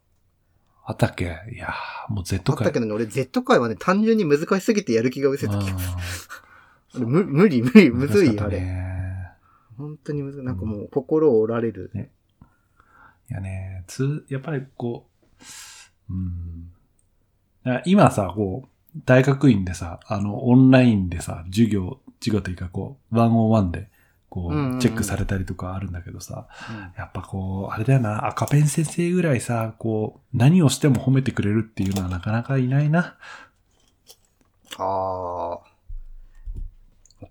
Speaker 1: あったっけいやーもう Z
Speaker 2: あっ
Speaker 1: 回
Speaker 2: たけ。どね、俺 Z 回はね、単純に難しすぎてやる気が失せた気がす
Speaker 1: うん
Speaker 2: る。む無理、無理、むずい、
Speaker 1: 難しか
Speaker 2: あ
Speaker 1: った
Speaker 2: れ。
Speaker 1: ね
Speaker 2: 本当にむずい。なんかもう、心を折られる。
Speaker 1: いやね、つ、やっぱりこう、うん。あ今さ、こう、大学院でさ、あの、オンラインでさ、授業、授業というか、こう、ワンオンワンで、こ
Speaker 2: うんうんう
Speaker 1: う、
Speaker 2: ん
Speaker 1: チェックされたりとかあるんだけどさ、やっぱこう、あれだよな、赤ペン先生ぐらいさ、こう、何をしても褒めてくれるっていうのはなかなかいないな。
Speaker 2: ああ。わ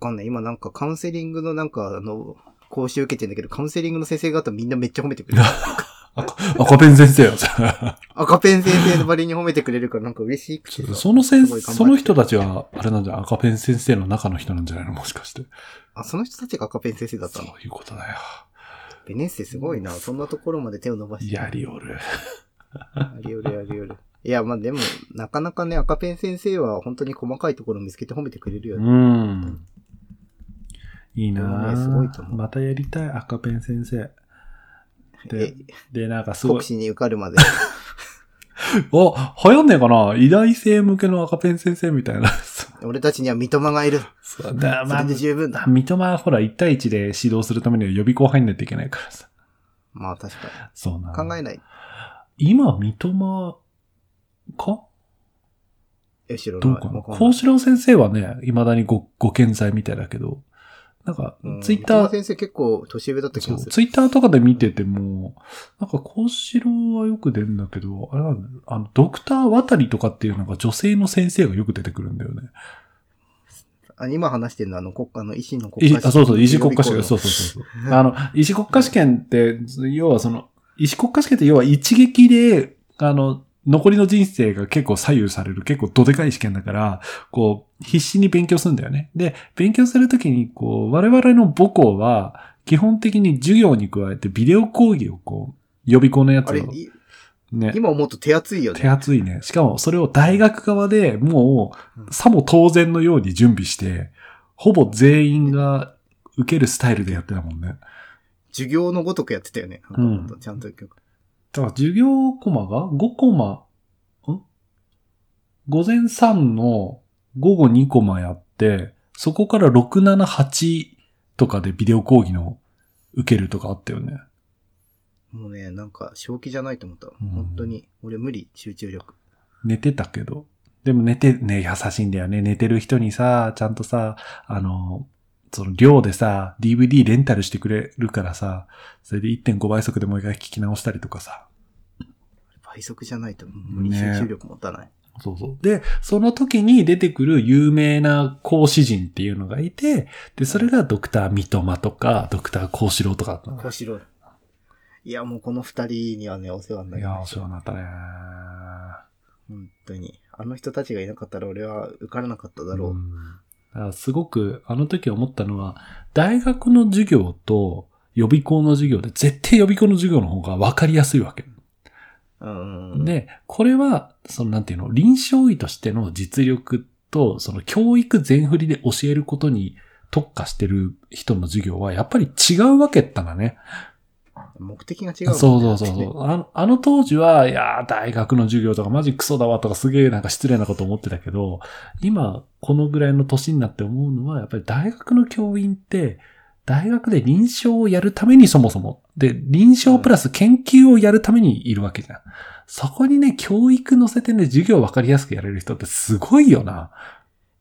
Speaker 2: かんない。今なんか、カウンセリングのなんか、あの、講習受けてんだけど、カウンセリングの先生方みんなめっちゃ褒めて
Speaker 1: [laughs]
Speaker 2: くれる。
Speaker 1: 赤赤ペン先生よ。
Speaker 2: 赤ペン先生のばりに褒めてくれるからなんか嬉しくてさ。
Speaker 1: その先
Speaker 2: すごい頑張って
Speaker 1: その人たちは、あれなんじゃない、赤ペン先生の中の人なんじゃないのもしかして。
Speaker 2: あ、その人たちが赤ペン先生だった
Speaker 1: そう
Speaker 2: の。
Speaker 1: いうことだよ。
Speaker 2: ベネッセすごいな。そんなところまで手を伸ばして。
Speaker 1: やりおる。
Speaker 2: あり得るあり得る。いや、まあでも、なかなかね、赤ペン先生は本当に細かいところを見つけて褒めてくれるよ
Speaker 1: う
Speaker 2: ね。
Speaker 1: ん。いいな
Speaker 2: これはねすごいと
Speaker 1: ぁ
Speaker 2: 思う
Speaker 1: またやりたい、赤ペン先生。
Speaker 2: え
Speaker 1: で、で、なんかすごい
Speaker 2: 国。士に受かるまで。
Speaker 1: あ、流行んねえかな医大生向けの赤ペン先生みたいな。 [laughs] そ
Speaker 2: 俺たちには三笘がいる。
Speaker 1: うだ、
Speaker 2: そ
Speaker 1: まあ
Speaker 2: れで、十分だ。
Speaker 1: 三笘はほら、1対1で指導するためには予備校入んないといけないからさ。
Speaker 2: まあ確かに。
Speaker 1: そうなの
Speaker 2: 考えない。
Speaker 1: 今、三笘か
Speaker 2: え、知らない。
Speaker 1: どうかな
Speaker 2: わかんない
Speaker 1: 幸四郎先生はね、未だにご、ご健在みたいだけど、なんか
Speaker 2: うん、
Speaker 1: ツイッタ
Speaker 2: 三
Speaker 1: ー
Speaker 2: 笘、先生結構年上だった気
Speaker 1: そ
Speaker 2: が
Speaker 1: う、
Speaker 2: する。
Speaker 1: ツイッターとかで見てても、なんか、幸四郎はよく出るんだけど、あれなんだよあの、ドクター渡りとかっていうのが女性の先生がよく出てくるんだよね。
Speaker 2: あ今話してるのは、あの、国家の医師の国
Speaker 1: い
Speaker 2: 家試験
Speaker 1: あそうそう、医師国家試験、
Speaker 2: 予
Speaker 1: そ
Speaker 2: 備
Speaker 1: うそうそうそう。あの、医師国家試験って、要はその、医師国家試験って要は一撃で、あの、残りの人生が結構左右される、結構どでかい試験だから、こう、必死に勉強するんだよね。で、勉強するときに、こう、我々の母校は、基本的に授業に加えてビデオ講義をこう、予備校のやつ
Speaker 2: 校
Speaker 1: を
Speaker 2: のあれ、い
Speaker 1: ね、
Speaker 2: 今思うと手厚いよね。
Speaker 1: 手厚いね。しかも、それを大学側でもう、さも当然のように準備して、ほぼ全員が受けるスタイルでやってたもんね。
Speaker 2: 授業のごとくやってたよね。
Speaker 1: うん
Speaker 2: なんかちゃんと。
Speaker 1: だから、授業コマが5コマ、ん午前3の午後2コマやって、そこから6、7、8とかでビデオ講義の受けるとかあったよね。
Speaker 2: もうね、なんか、正気じゃないと思った。
Speaker 1: ん
Speaker 2: 本当に。俺無理、集中力。
Speaker 1: 寝てたけど。でも寝て、ね、優しいんだよね。寝てる人にさ、ちゃんとさ、あの、その量でさ、DVD レンタルしてくれるからさ、それで1.5倍速でもう一回聞き直したりとかさ。
Speaker 2: 倍速じゃないと無理、
Speaker 1: ね
Speaker 2: 集中力持たない。
Speaker 1: そうそう。で、その時に出てくる有名な講師陣っていうのがいて、で、それがドクター三笘とか、ドクター幸四郎とかだったの
Speaker 2: 小四郎。いや、もうこの二人にはね、お世話にないり
Speaker 1: やー、
Speaker 2: ま
Speaker 1: お
Speaker 2: した
Speaker 1: 世話になったね。
Speaker 2: 本当に。あの人たちがいなかったら俺は受からなかっただろう。
Speaker 1: んだからすごく、あの時思ったのは、大学の授業と予備校の授業で、絶対予備校の授業の方が分かりやすいわけ。
Speaker 2: うん。うん、
Speaker 1: で、これは、そのなんていうの、臨床医としての実力と、その教育全振りで教えることに特化してる人の授業は、やっぱり違うわけだなね。
Speaker 2: 目的が違うもんね、
Speaker 1: そうそうそう
Speaker 2: だってね
Speaker 1: そうあの。あの当時は、いやー、大学の授業とかマジクソだわとかすげえなんか失礼なこと思ってたけど、今、このぐらいの年になって思うのは、やっぱり大学の教員って、大学で臨床をやるためにそもそも。で、臨床プラス研究をやるためにいるわけじゃん。そこにね、教育乗せてね、授業わかりやすくやれる人ってすごいよな。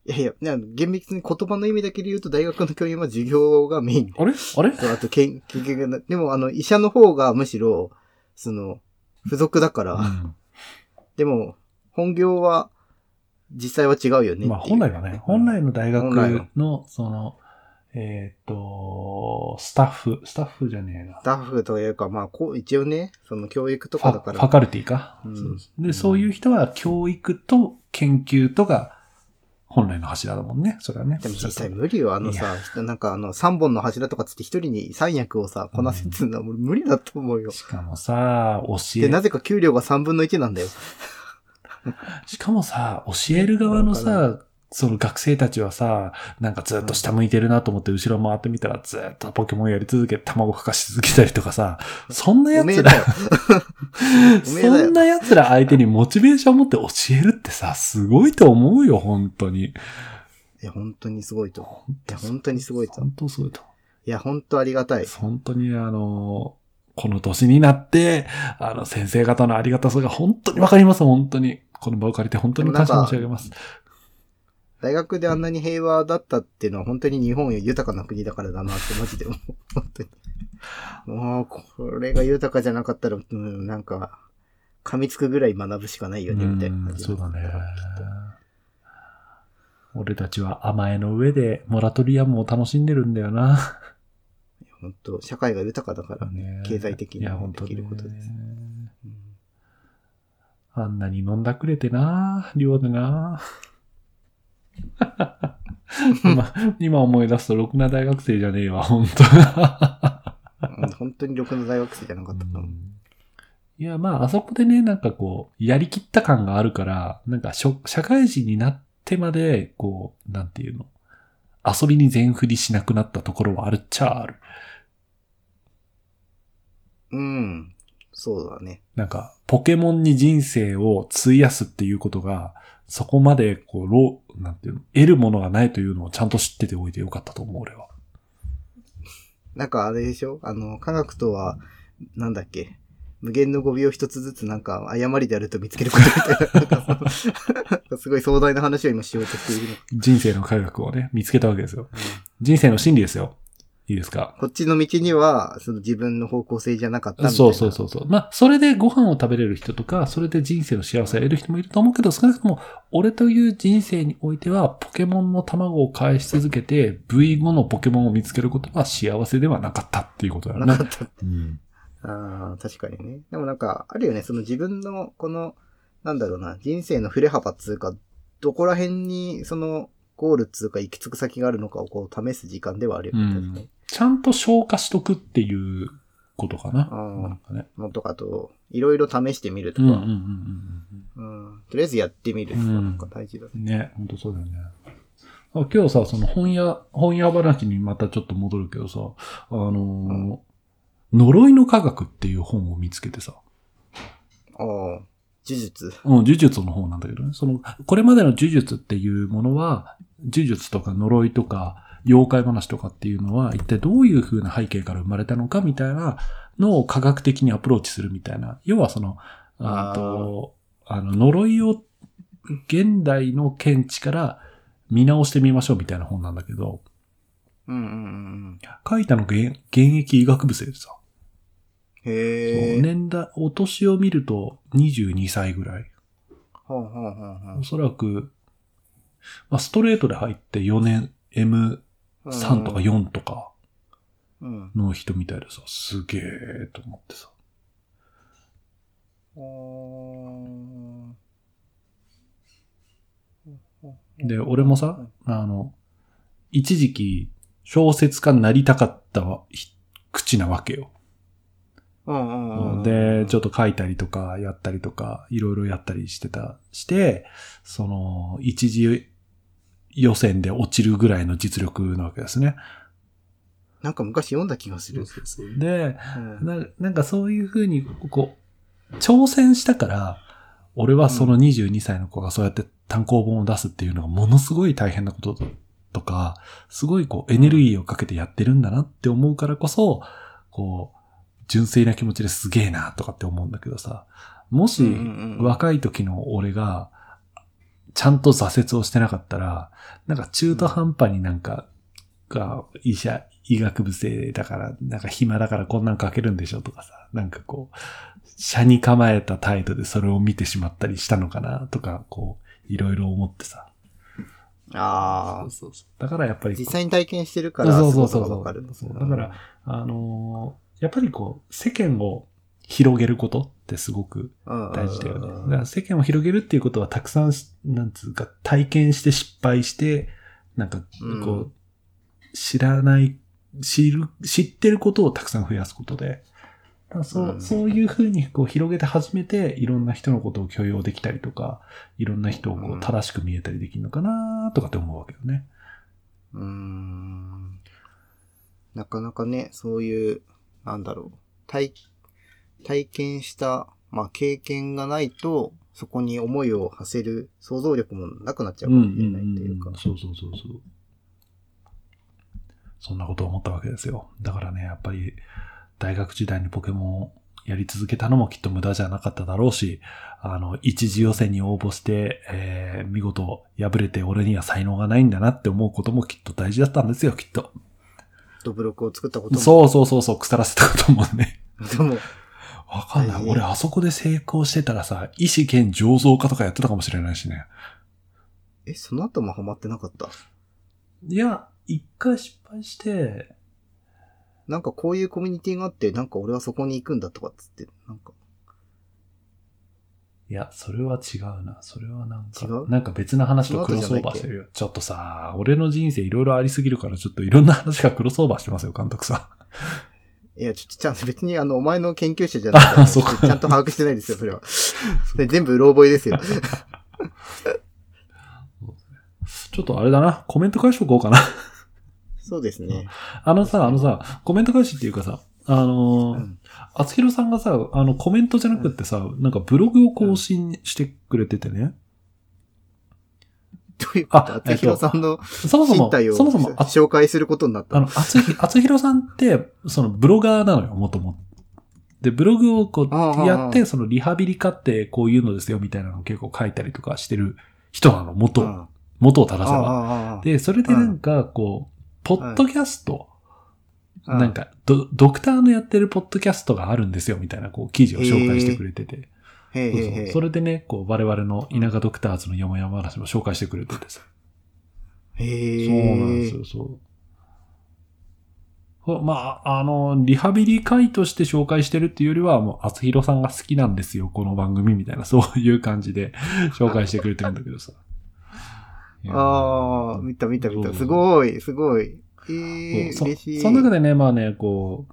Speaker 2: いやいや、なんか厳密に言葉の意味だけで言うと大学の教員は授業がメインで。
Speaker 1: あれあれ
Speaker 2: そうあと [laughs] 研究研究が、でもあの医者の方がむしろ、その、付属だから、
Speaker 1: うん
Speaker 2: でも、本業は、実際は違うよねっていう。
Speaker 1: まあ本来はね、本来の大
Speaker 2: 本来は
Speaker 1: 学の、その、えーっ、と、スタッフ、スタッフじゃねえな
Speaker 2: ス。タッフというか、まあ、こう、一応ね、その教育と
Speaker 1: ファ
Speaker 2: かだか
Speaker 1: ファ
Speaker 2: ら、
Speaker 1: カルティか、
Speaker 2: うん
Speaker 1: そうですで、そういう人は教育と研究とが本来の柱だもんね。それはね。
Speaker 2: でも実際無理よ、あのさ、なんかあの、3本の柱とかつって1人に3役をさ、こなせっていうのはもう無理だと思うよ。
Speaker 1: しかもさ、教
Speaker 2: で、
Speaker 1: え
Speaker 2: な、ぜか給料が3分の1なんだよ。
Speaker 1: しかもさ、教える側のさ、その学生たちはさ、なんかずっと下向いてるなと思って後ろ回ってみたらずっとポケモンやり続けて卵かかし続けたりとかさ、そんな
Speaker 2: お
Speaker 1: や
Speaker 2: め
Speaker 1: つ
Speaker 2: え
Speaker 1: ら
Speaker 2: だ、よ。おめえ
Speaker 1: [laughs] そ
Speaker 2: だよ
Speaker 1: んな奴ら相手にモチベーションを持って教えるってさ、すごいと思うよ、本当に。
Speaker 2: いや、本当にすごいと思う。いや、本当にすごいと思う。
Speaker 1: 本当すごいと思。。
Speaker 2: いや、本当ありがたいう
Speaker 1: 本当にあの、この年になって、あの、先生方のありがたさが本当にわかります、本当に。この場を借りて本当に感謝申し上げます。
Speaker 2: 大学であんなに平和だったっていうのは本当に日本豊かな国だからだなってマジで思う。 [laughs] 本当に。もう、これが豊かじゃなかったら、うん、なんか、噛みつくぐらい学ぶしかないよね、みたいな
Speaker 1: う
Speaker 2: 感
Speaker 1: ん
Speaker 2: じ。
Speaker 1: そうだね
Speaker 2: から。
Speaker 1: 俺たちは甘えの上でモラトリアムを楽しんでるんだよな。
Speaker 2: 本当、社会が豊かだか
Speaker 1: [laughs]
Speaker 2: らね。経済的に
Speaker 1: いや
Speaker 2: も
Speaker 1: 本
Speaker 2: で
Speaker 1: 当
Speaker 2: きることです
Speaker 1: ね
Speaker 2: うん
Speaker 1: あんなに飲んだくれてな、量でな。今今思い出すと、ろくな大学生じゃねえわ、本
Speaker 2: うん本当にろくな大学生じゃなか
Speaker 1: 当
Speaker 2: ったと思う。
Speaker 1: いや、まあ、あそこでね、なんかこう、やりきった感があるから、なんかしょ、社会人になってまで、こう、なんていうの、遊びに全振りしなくなったところはあるっちゃある。
Speaker 2: うん。そうだね。
Speaker 1: なんか、ポケモンに人生を費やすっていうことが、そこまで、こう、ろう、なんていうの、得るものがないというのをちゃんと知ってておいてよかったと思う、俺は。
Speaker 2: なんかあれでしょあの、科学とは、なんだっけ無限の語尾を一つずつなんか誤りであると見つけることみたい
Speaker 1: [laughs]
Speaker 2: ななんかその。なんかすごい壮大な話を今しようとしているの。
Speaker 1: 人生の科学をね、見つけたわけですよ。人生の真理ですよ。いいですか
Speaker 2: こっちの道には、その自分の方向性じゃなかったみたいな。
Speaker 1: そうそうそうそう。まあ、それでご飯を食べれる人とか、それで人生の幸せを得る人もいると思うけど、少なくとも、俺という人生においては、ポケモンの卵を返し続けて、V5 のポケモンを見つけることは幸せではなかったっていうことだよ
Speaker 2: な
Speaker 1: ね
Speaker 2: か。った。
Speaker 1: うん。
Speaker 2: ああ、確かにね。でもなんか、あるよね。その自分の、この、なんだろうな、人生の振れ幅っつうか、どこら辺に、その、ゴールっつうか、行き着く先があるのかをこう、試す時間ではあるよ
Speaker 1: う
Speaker 2: ね。
Speaker 1: ん
Speaker 2: 確かに。
Speaker 1: ちゃんと消化しとくっていうことかな。
Speaker 2: うん
Speaker 1: なんかね。
Speaker 2: のとかと、いろいろ試してみると
Speaker 1: うん
Speaker 2: か、
Speaker 1: うんうん
Speaker 2: うんとりあえずやってみる。
Speaker 1: うん
Speaker 2: なんか大事だね。
Speaker 1: うん。ね、ほんとそうだよね。あ今日さ、その本屋、本屋話にまたちょっと戻るけどさ、あのー呪いの科学っていう本を見つけてさ、
Speaker 2: ああ、呪術。
Speaker 1: うん、呪術の方なんだけどね。その、これまでの呪術っていうものは、呪術とか呪いとか、妖怪話とかっていうのは、一体どういう風な背景から生まれたのかみたいなのを科学的にアプローチするみたいな。要はその、あ
Speaker 2: あー
Speaker 1: と、あの、呪いを現代の見地から見直してみましょうみたいな本なんだけど、
Speaker 2: うんうんうん
Speaker 1: 書いたのが現現役医学部生でさ、
Speaker 2: うん。へえ。
Speaker 1: そう年代、お年を見ると22歳ぐらい。
Speaker 2: ほうほうほうほ
Speaker 1: おそらく、まあ、ストレートで入って4年 M3
Speaker 2: う。
Speaker 1: とか4とか
Speaker 2: うん。
Speaker 1: の人みたいでさ、すげえと思ってさ。
Speaker 2: うん。
Speaker 1: で、俺もさ、あの、一時期小説家になりたかったわひ口なわけよ。
Speaker 2: うんうんうん。
Speaker 1: で、ちょっと書いたりとか、やったりとか、いろいろやったりしてた、して、その、一時予選で落ちるぐらいの実力なわけですね。
Speaker 2: なんか昔読んだ気がする。
Speaker 1: そうそうで、
Speaker 2: うん
Speaker 1: ななんかそういうふうに、こう、挑戦したから、俺はその22歳の子がそうやって単行本を出すっていうのがものすごい大変なこととか、すごいこうエネルギーをかけてやってるんだなって思うからこそ、こう、純粋な気持ちですげえなとかって思うんだけどさ、もし
Speaker 2: うんうんうん
Speaker 1: 若い時の俺が、ちゃんと挫折をしてなかったら、なんか中途半端になんかが医者、医学部生だから、なんか暇だからこんなん書けるんでしょとかさ、なんかこう、社に構えた態度でそれを見てしまったりしたのかなとか、こう、いろいろ思ってさ。
Speaker 2: ああ。
Speaker 1: そうそう。だからやっぱりこう、
Speaker 2: 実際に体験してるから、
Speaker 1: そうそう
Speaker 2: す
Speaker 1: そう
Speaker 2: ご
Speaker 1: そう
Speaker 2: くわかる。
Speaker 1: そうだから、あのーやっぱりこう、世間を広げることってすごく
Speaker 2: うん、
Speaker 1: 大事だよね。だ
Speaker 2: う
Speaker 1: か
Speaker 2: ん
Speaker 1: ら世間を広げるっていうことはたくさんし、なんつうか、体験して失敗して、なんか、こう、
Speaker 2: うん
Speaker 1: 知らない、知る、知ってることをたくさん増やすことで、だからそう、
Speaker 2: うん
Speaker 1: そういうふうにこう広げて初めて、いろんな人のことを許容できたりとか、いろんな人をこ
Speaker 2: う
Speaker 1: うん正しく見えたりできるのかなとかって思うわけよね。
Speaker 2: うーんなかなかね、そういう、なんだろう、体、体験した、まあ経験がないと、そこに思いを馳せる想像力もなくなっちゃうかもしれないっていうか。
Speaker 1: そうそうそうそう。そんなことを思ったわけですよ。だからね、やっぱり大学時代にポケモンをやり続けたのもきっと無駄じゃなかっただろうし、あの、一次予選に応募して、えー、見事敗れて俺には才能がないんだなって思うこともきっと大事だったんですよ、きっと。
Speaker 2: ドブロクを作ったことも。
Speaker 1: そうそうそうそう、腐らせたこともね。 [laughs]
Speaker 2: でも、
Speaker 1: わかんない。
Speaker 2: 大事
Speaker 1: 俺あそこで成功してたらさ、医師兼醸造家とかやってたかもしれないしね。
Speaker 2: え、その後もハマってなかった。
Speaker 1: いや、一回失敗して、
Speaker 2: なんかこういうコミュニティがあって、なんか俺はそこに行くんだとかっつって、なんか、
Speaker 1: いや、それは違うな。それはなん
Speaker 2: 違
Speaker 1: か、
Speaker 2: う
Speaker 1: なんか別の話とクロスオーバーしてるよ。ちょっとさ、俺の人生いろいろありすぎるから、ちょっといろんな話がクロスオーバーしてますよ、監督さ
Speaker 2: いや、ちょっとちゃんと別にあの、お前の研究者じゃないか
Speaker 1: [laughs]
Speaker 2: ら、
Speaker 1: あそうか
Speaker 2: ちゃんと把握してないですよ、それは。それ全部うろ覚
Speaker 1: [laughs]
Speaker 2: えですよ。
Speaker 1: ん。 [laughs] ちょっとあれだな、コメント返しとこうかな。 [laughs]
Speaker 2: そうですね。
Speaker 1: あのさ、あのさ、コメント返しっていうかさ、あの
Speaker 2: う
Speaker 1: ー、
Speaker 2: ん。
Speaker 1: 厚弘さんがさ、あの、コメントじゃなくってさ、なんかブログを更新してくれててね。
Speaker 2: どういうこと
Speaker 1: あ
Speaker 2: 厚弘さんの
Speaker 1: そもそ
Speaker 2: 身
Speaker 1: も、
Speaker 2: 体を
Speaker 1: そもそも、あ
Speaker 2: 紹介することになっ
Speaker 1: あ
Speaker 2: た。
Speaker 1: の、厚
Speaker 2: [laughs]
Speaker 1: ひ、厚弘さんって、そのブロガーなのよ、もともと。で、ブログをこ
Speaker 2: ああああ
Speaker 1: う、やって、そのリハビリ化ってこういうのですよ、みたいなのを結構書いたりとかしてる人なの、元、
Speaker 2: うん
Speaker 1: 元を正せば。
Speaker 2: ああああ
Speaker 1: で、それでなんか、こう、ポッドキャスト、
Speaker 2: うん
Speaker 1: なんかド、ドクターのやってるポッドキャストがあるんですよ、みたいな、こう、記事を紹介してくれてて。
Speaker 2: へえ
Speaker 1: そう
Speaker 2: へ
Speaker 1: そう
Speaker 2: え
Speaker 1: それでね、こう、我々の田舎ドクターズの山々話も紹介してくれててさ。
Speaker 2: へえ。
Speaker 1: そうなんですよ、そう。ほまあ、あの、リハビリ会として紹介してるっていうよりは、もう、厚弘さんが好きなんですよ、この番組みたいな、そういう感じで紹介してくれてるんだけ [laughs] どさ。
Speaker 2: ああ、見た見た見た。すごい、すごい。ええ、
Speaker 1: そう
Speaker 2: 嬉しい。
Speaker 1: そその中でね、まあね、こ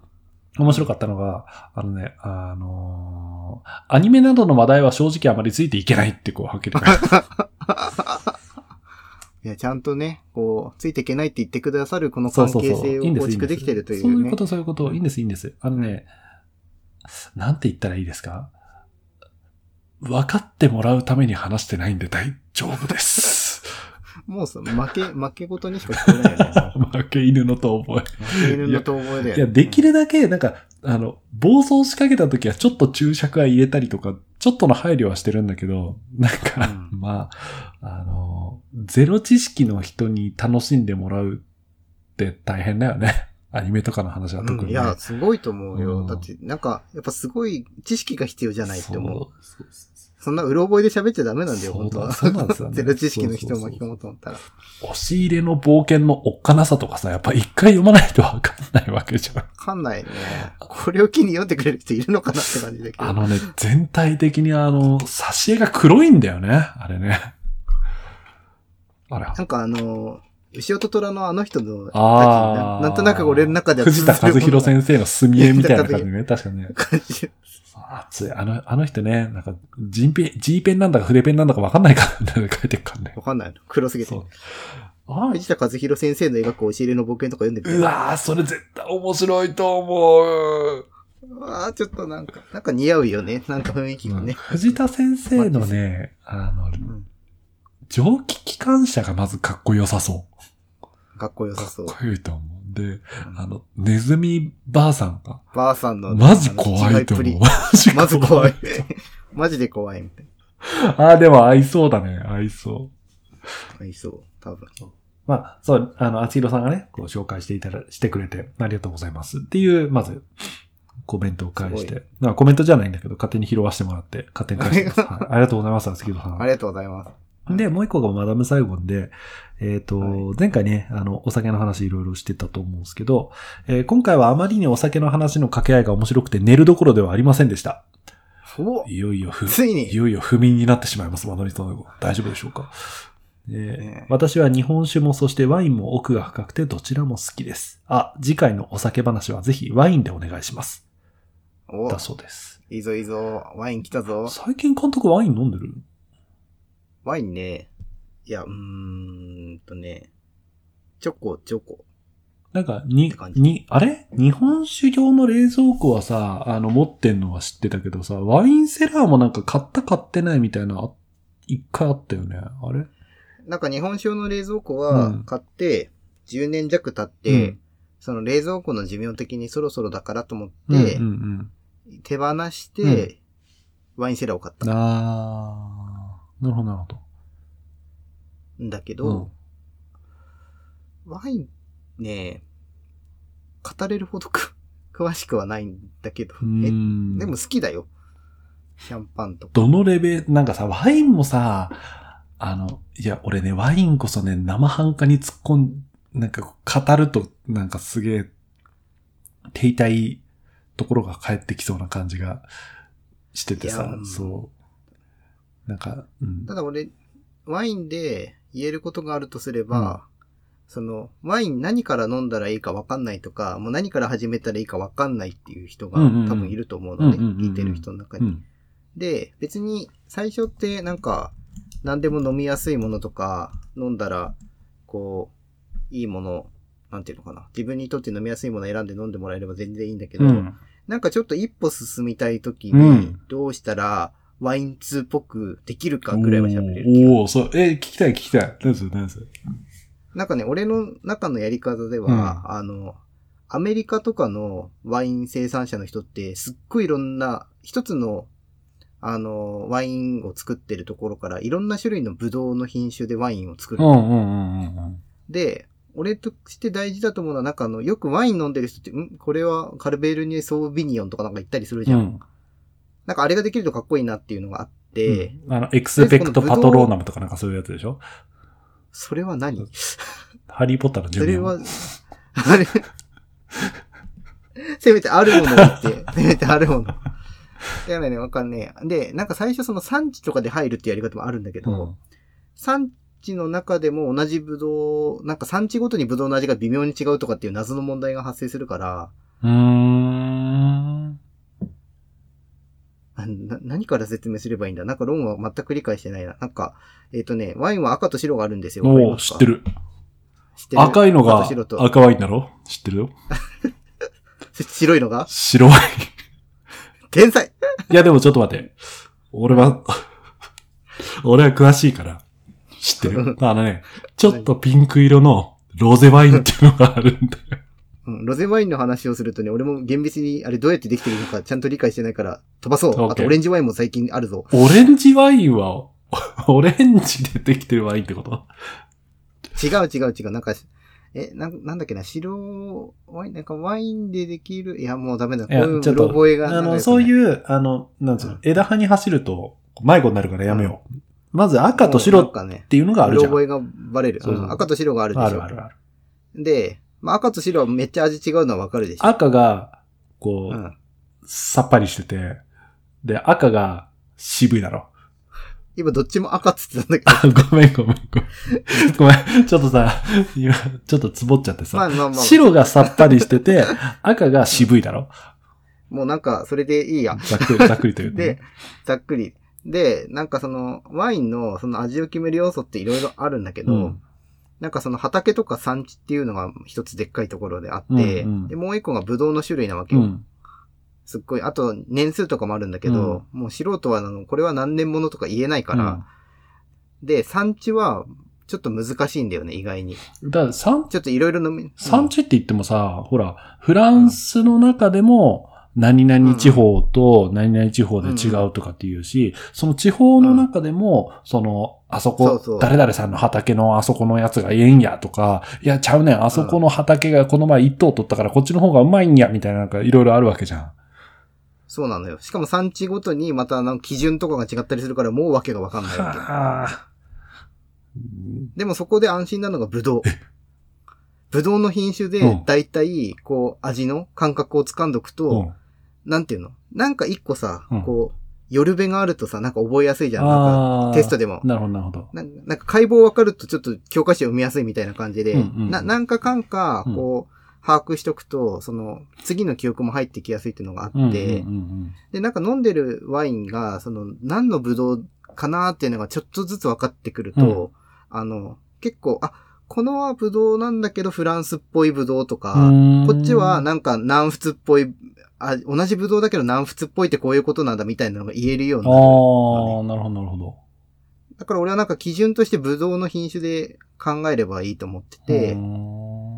Speaker 1: う、面白かったのが、あのね、あのーアニメなどの話題は正直あまりついていけないって、こう、はっきり言って。
Speaker 2: いや、ちゃんとね、こう、ついていけないって言ってくださるこの
Speaker 1: そ
Speaker 2: 関
Speaker 1: うそう
Speaker 2: 係
Speaker 1: そう。
Speaker 2: 性
Speaker 1: い
Speaker 2: を
Speaker 1: いんです、
Speaker 2: 構
Speaker 1: いいん
Speaker 2: 築
Speaker 1: で
Speaker 2: できてるとい
Speaker 1: す。
Speaker 2: うね。
Speaker 1: そういうこと、そういうこと。いいんです、いいんです。あのね、なんて言ったらいいですか分かってもらうために話してないんで大丈夫です。
Speaker 2: [laughs] もうさ、負け、 [laughs] 負け事にしか聞こえないよね。
Speaker 1: 負け犬の遠吠
Speaker 2: 負け犬の遠吠えだよ
Speaker 1: え。
Speaker 2: ね。
Speaker 1: いや、できるだけ、なんか、あの、暴走しかけた時はちょっと注釈は入れたりとか、ちょっとの配慮はしてるんだけど、なんか、
Speaker 2: う
Speaker 1: まあ、あの、ゼロ知識の人に楽しんでもらうって大変だよね。アニメとかの話は特にね、
Speaker 2: うんいや、すごいと思うよ。
Speaker 1: うん
Speaker 2: だって、なんか、やっぱすごい知識が必要じゃないって思う。
Speaker 1: そうそうそうそう
Speaker 2: そんなうろ覚えで喋っちゃダメなんだよ、
Speaker 1: そう
Speaker 2: 本当
Speaker 1: だ
Speaker 2: は。
Speaker 1: そうなんですよね
Speaker 2: ゼロ知識の人を巻き込もうと思ったら。
Speaker 1: 押し入れの冒険のおっかなさとかさ、やっぱ一回読まないとわかんないわけじゃん。
Speaker 2: わかんないね。これを機に読んでくれる人いるのかなって感じだけど。
Speaker 1: あのね、全体的にあの、挿絵が黒いんだよね。あれね。あれ。
Speaker 2: なんかあの、牛と虎のあの人の、
Speaker 1: あ
Speaker 2: な
Speaker 1: あ。
Speaker 2: なんとなく俺の中では
Speaker 1: 藤田和弘先生の墨絵みたいな感じ
Speaker 2: 藤
Speaker 1: ね。確かにね。
Speaker 2: 感じ。
Speaker 1: 熱い。あの、あの人ね、なんか、ジンペン、G ペンなんだか筆ペンなんだかわかんないから、書いてるからね。
Speaker 2: わかんないの。黒すぎて
Speaker 1: そ。う。あ
Speaker 2: 藤田和弘先生の描く押し入れの冒険とか読んでみ
Speaker 1: う
Speaker 2: たい。
Speaker 1: わー、それ絶対面白いと思う。
Speaker 2: うわあちょっとなんか、なんか似合うよね。なんか雰囲気がね。
Speaker 1: 藤田先生のね、あの、
Speaker 2: うん。
Speaker 1: 蒸気機関車がまずかっこよさそ
Speaker 2: かっこよ
Speaker 1: う。か
Speaker 2: さ
Speaker 1: っ
Speaker 2: そう。
Speaker 1: こよいと思う。で、
Speaker 2: うん
Speaker 1: あの、ネズミばあさんが、
Speaker 2: ばあさんの。
Speaker 1: マジ怖いと思う。。
Speaker 2: まず怖
Speaker 1: い。
Speaker 2: い。マジで怖いみたい
Speaker 1: ああ、でも合いそうだね。合いそう。
Speaker 2: な。ありそう。多分。
Speaker 1: まあ、そう、あの、厚弘さんがね、こう紹介していただ、してくれて、ありがとうございます。っていう、まず、コメントを返し
Speaker 2: すご
Speaker 1: て。まあ、コメントじゃないんだけど、勝手に拾わせてもらって、勝手に返して [laughs] ます。
Speaker 2: あり
Speaker 1: はい、ありがとうございます、厚弘さん。
Speaker 2: ありがとうございます。
Speaker 1: で、もう一個がマダムサイゴンで、えっ、と、
Speaker 2: は
Speaker 1: 前回ね、あの、お酒の話いろいろしてたと思うんですけど、えー今回はあまりにお酒の話の掛け合いが面白くて寝るどころではありませんでした。
Speaker 2: お
Speaker 1: いよいよ不、
Speaker 2: つい
Speaker 1: い
Speaker 2: に
Speaker 1: よいよ不眠になってしまいます、マダムサイゴン。大丈夫でしょうか、えー
Speaker 2: ね
Speaker 1: 私は日本酒もそしてワインも奥が深くてどちらも好きです。あ、次回のお酒話はぜひワインでお願いします。
Speaker 2: お
Speaker 1: だそうです。
Speaker 2: いいぞいいぞ。ワイン来たぞ。
Speaker 1: 最近監督ワイン飲んでる
Speaker 2: ワインね。いや、うーんとね。チョコ、チョコ。
Speaker 1: なんか、に
Speaker 2: って感、じ
Speaker 1: に、あれ日本酒用の冷蔵庫はさ、あの、持ってんのは知ってたけどさ、ワインセラーもなんか買った買ってないみたいな、あ一回あったよね。あれ
Speaker 2: なんか日本酒用の冷蔵庫
Speaker 1: う
Speaker 2: は
Speaker 1: ん
Speaker 2: 買って、10年弱経って、その冷蔵庫の寿命的にそろそろだからと思って、
Speaker 1: うん、うんうん
Speaker 2: 手放して、
Speaker 1: うん
Speaker 2: ワインセラーを買っ
Speaker 1: うん。
Speaker 2: た
Speaker 1: あー、なるほど、なるほど。
Speaker 2: んだけ
Speaker 1: う
Speaker 2: ど
Speaker 1: ん、
Speaker 2: ワインね、語れるほどく詳しくはないんだけど、
Speaker 1: う
Speaker 2: え
Speaker 1: ん。
Speaker 2: でも好きだよ。シャンパンとか。
Speaker 1: どのレベル、なんかさ、ワインもさ、あの、いや、俺ね、ワインこそね、生半可に突っ込ん、なんかこう語ると、なんかすげえ、停滞ところが返ってきそうな感じがしてて
Speaker 2: いや
Speaker 1: さ
Speaker 2: う、ん
Speaker 1: そう。なんか、うん
Speaker 2: た。だ俺、ワインで言えることがあるとすれば、その、ワイン何から飲んだらいいかわかんないとか、もう何から始めたらいいかわかんないっていう人が
Speaker 1: うんうんうん
Speaker 2: 多分いると思うので、
Speaker 1: うんうんうんうん
Speaker 2: 聞いてる人の中
Speaker 1: う
Speaker 2: に。
Speaker 1: ん。
Speaker 2: で、別に最初ってなんか、何でも飲みやすいものとか、飲んだら、こう、いいもの、なんていうのかな。自分にとって飲みやすいものを選んで飲んでもらえれば全然いいんだけど、
Speaker 1: うん。
Speaker 2: なんかちょっと一歩進みたいとき
Speaker 1: う
Speaker 2: に
Speaker 1: ん、
Speaker 2: どうしたらワイン通っぽくできるかぐらいは喋れる。
Speaker 1: おーおーそう。え、聞きたい聞きたい。何する何する
Speaker 2: なんかね、俺の中のやり方では、あの、アメリカとかのワイン生産者の人って、すっごいいろんな、一つの、あの、ワインを作ってるところから、いろんな種類のブドウの品種でワインを作
Speaker 1: う
Speaker 2: る。
Speaker 1: んうんうんうんうん。
Speaker 2: で、俺として大事だと思うのは、なんかあの、よくワイン飲んでる人って、んこれはカルベルニエ・ソービニオンとかなんか言ったりするじ
Speaker 1: う
Speaker 2: ゃん。
Speaker 1: ん。
Speaker 2: なんかあれができるとかっこいいなっていうのがあって、
Speaker 1: うんあの、エクスペクトパトローナムとかなんかそういうやつでしょ
Speaker 2: それは何
Speaker 1: ハリーポッターの
Speaker 2: そ
Speaker 1: 順
Speaker 2: れ
Speaker 1: 番。
Speaker 2: は、あれ、 [laughs] せめてあるものを言
Speaker 1: [laughs]
Speaker 2: って、せめてあるもの。だからね、わかんねえ。で、なんか最初その産地とかで入るっていうやり方もあるんだけど、
Speaker 1: うん。
Speaker 2: 産地の中でも同じブドウ、なんか産地ごとにブドウの味が微妙に違うとかっていう謎の問題が発生するから、
Speaker 1: うーん。
Speaker 2: あな何から説明すればいいんだなんか論は全く理解してないな。なんか、えっ、とね、ワインは赤と白があるんですよ。わかり
Speaker 1: お
Speaker 2: ま
Speaker 1: ー
Speaker 2: す
Speaker 1: 知
Speaker 2: か
Speaker 1: ってる。
Speaker 2: 知ってる
Speaker 1: 赤いの
Speaker 2: 赤
Speaker 1: が
Speaker 2: と白と
Speaker 1: 赤ワインだろ知ってるよ。
Speaker 2: 白いのが
Speaker 1: 白ワイ
Speaker 2: 天才
Speaker 1: ン。 [laughs] いやでもちょっと待って。俺は、 [laughs] 俺は詳しいから。知って
Speaker 2: [laughs]
Speaker 1: る。あのね、ちょっとピンク色のローゼワインっていうのがあるんだよ。
Speaker 2: [laughs] うん、ロゼワインの話をするとね、俺も厳密にあれどうやってできてるのかちゃんと理解してないから飛ばそ
Speaker 1: OK
Speaker 2: う。あとオレンジワインも最近あるぞ。
Speaker 1: オレンジワインは、 [laughs] オレンジでできてるワインってこと
Speaker 2: 違う違う違う。なんか、え、なんなんだっけな、白ワイン、なんかワインでできる、いやもうダメだ。こういう
Speaker 1: ちょっ
Speaker 2: ブ
Speaker 1: と
Speaker 2: ロボエが。
Speaker 1: あの、そう
Speaker 2: う。
Speaker 1: いう、あの、なんつうの、枝葉に走ると迷子になるからやめよう。まず赤と白
Speaker 2: なん
Speaker 1: っ
Speaker 2: かね、
Speaker 1: ていうのがあ
Speaker 2: ブ
Speaker 1: るじゃ
Speaker 2: ロ
Speaker 1: ん。
Speaker 2: ボエがバレる。
Speaker 1: そうそう
Speaker 2: うん赤と白があるでしょ。
Speaker 1: あるあるある。
Speaker 2: で、まあ、赤と白はめっちゃ味違うのはわかるでしょ。
Speaker 1: 赤が、こ
Speaker 2: う
Speaker 1: う、
Speaker 2: ん、
Speaker 1: さっぱりしてて、で、赤が渋いだろ。 [laughs]
Speaker 2: 今どっちも赤っつってたんだけど。
Speaker 1: あごめんごめんごめん。ごめん、ちょっとさ、今、ちょっとつぼっちゃって
Speaker 2: ま
Speaker 1: さ。
Speaker 2: あまあまあ、
Speaker 1: 白がさっぱりしてて、赤が渋いだろ。
Speaker 2: もうなんかそれでいいや。
Speaker 1: ざっくり、ざっくりというとね
Speaker 2: で。、ざっくり。で、なんかその、ワインのその味を決める要素っていろいろあるんだけど、
Speaker 1: うん。
Speaker 2: なんかその畑とか産地っていうのが一つでっかいところであって、
Speaker 1: うんうん
Speaker 2: で、もう一個がブドウの種類なわけ
Speaker 1: う
Speaker 2: よ。
Speaker 1: ん。
Speaker 2: すっごい。あと、年数とかもあるんだけど、もう素人は、あの、これは何年ものとか言えないから、で、産地は、ちょっと難しいんだよね、意外に。
Speaker 1: うん。だから産、
Speaker 2: ちょっといろいろ飲み、
Speaker 1: 産地って言ってもさ、ほら、フランスの中でも、何々地方と何々地方で違うとかっていうし、その地方の中でも、その、あそこ
Speaker 2: そうそう
Speaker 1: 誰々さんの畑のあそこのやつがええんやとか、いや、ちゃうねん、あそこの畑がこの前一等取ったからこっちの方がうまいんや、みたいななんかいろいろあるわけじゃん。
Speaker 2: そうなのよ。しかも産地ごとにまたなんか基準とかが違ったりするからもうわけがわか
Speaker 1: [laughs]
Speaker 2: んないわけ。
Speaker 1: はあ。うん
Speaker 2: でもそこで安心なのがブドウ。ブドウの品種
Speaker 1: う
Speaker 2: で
Speaker 1: ん、
Speaker 2: だいたい、こう、味の感覚を掴んどく
Speaker 1: う
Speaker 2: と、
Speaker 1: ん
Speaker 2: なんていうのなんか一個さ
Speaker 1: うん、
Speaker 2: こう、夜べがあるとさ、なんか覚えやすいじゃん。なんか、
Speaker 1: ああ。
Speaker 2: テストでも。
Speaker 1: なるほど、なるほど。
Speaker 2: なんかなんか解剖わかるとちょっと教科書読みやすいみたいな感じで、
Speaker 1: うんうんうん
Speaker 2: ななんかかんか、こう、把握しとくと、その、次の記憶も入ってきやすいっていうのがあって、
Speaker 1: うんうんうん
Speaker 2: で、なんか飲んでるワインが、その、何のブドウかなーっていうのがちょっとずつ分かってくると、あの、結構、あ、このはブドウなんだけどフランスっぽいブドウと
Speaker 1: う
Speaker 2: か、
Speaker 1: ん
Speaker 2: こっちは、なんか南仏っぽい、あ、同じブドウだけど南仏っぽいってこういうことなんだみたいなのが言えるよう
Speaker 1: ああ
Speaker 2: になる。
Speaker 1: ー、なるほど、なるほど。
Speaker 2: だから俺はなんか基準としてブドウの品種で考えればいいと思ってて、
Speaker 1: うー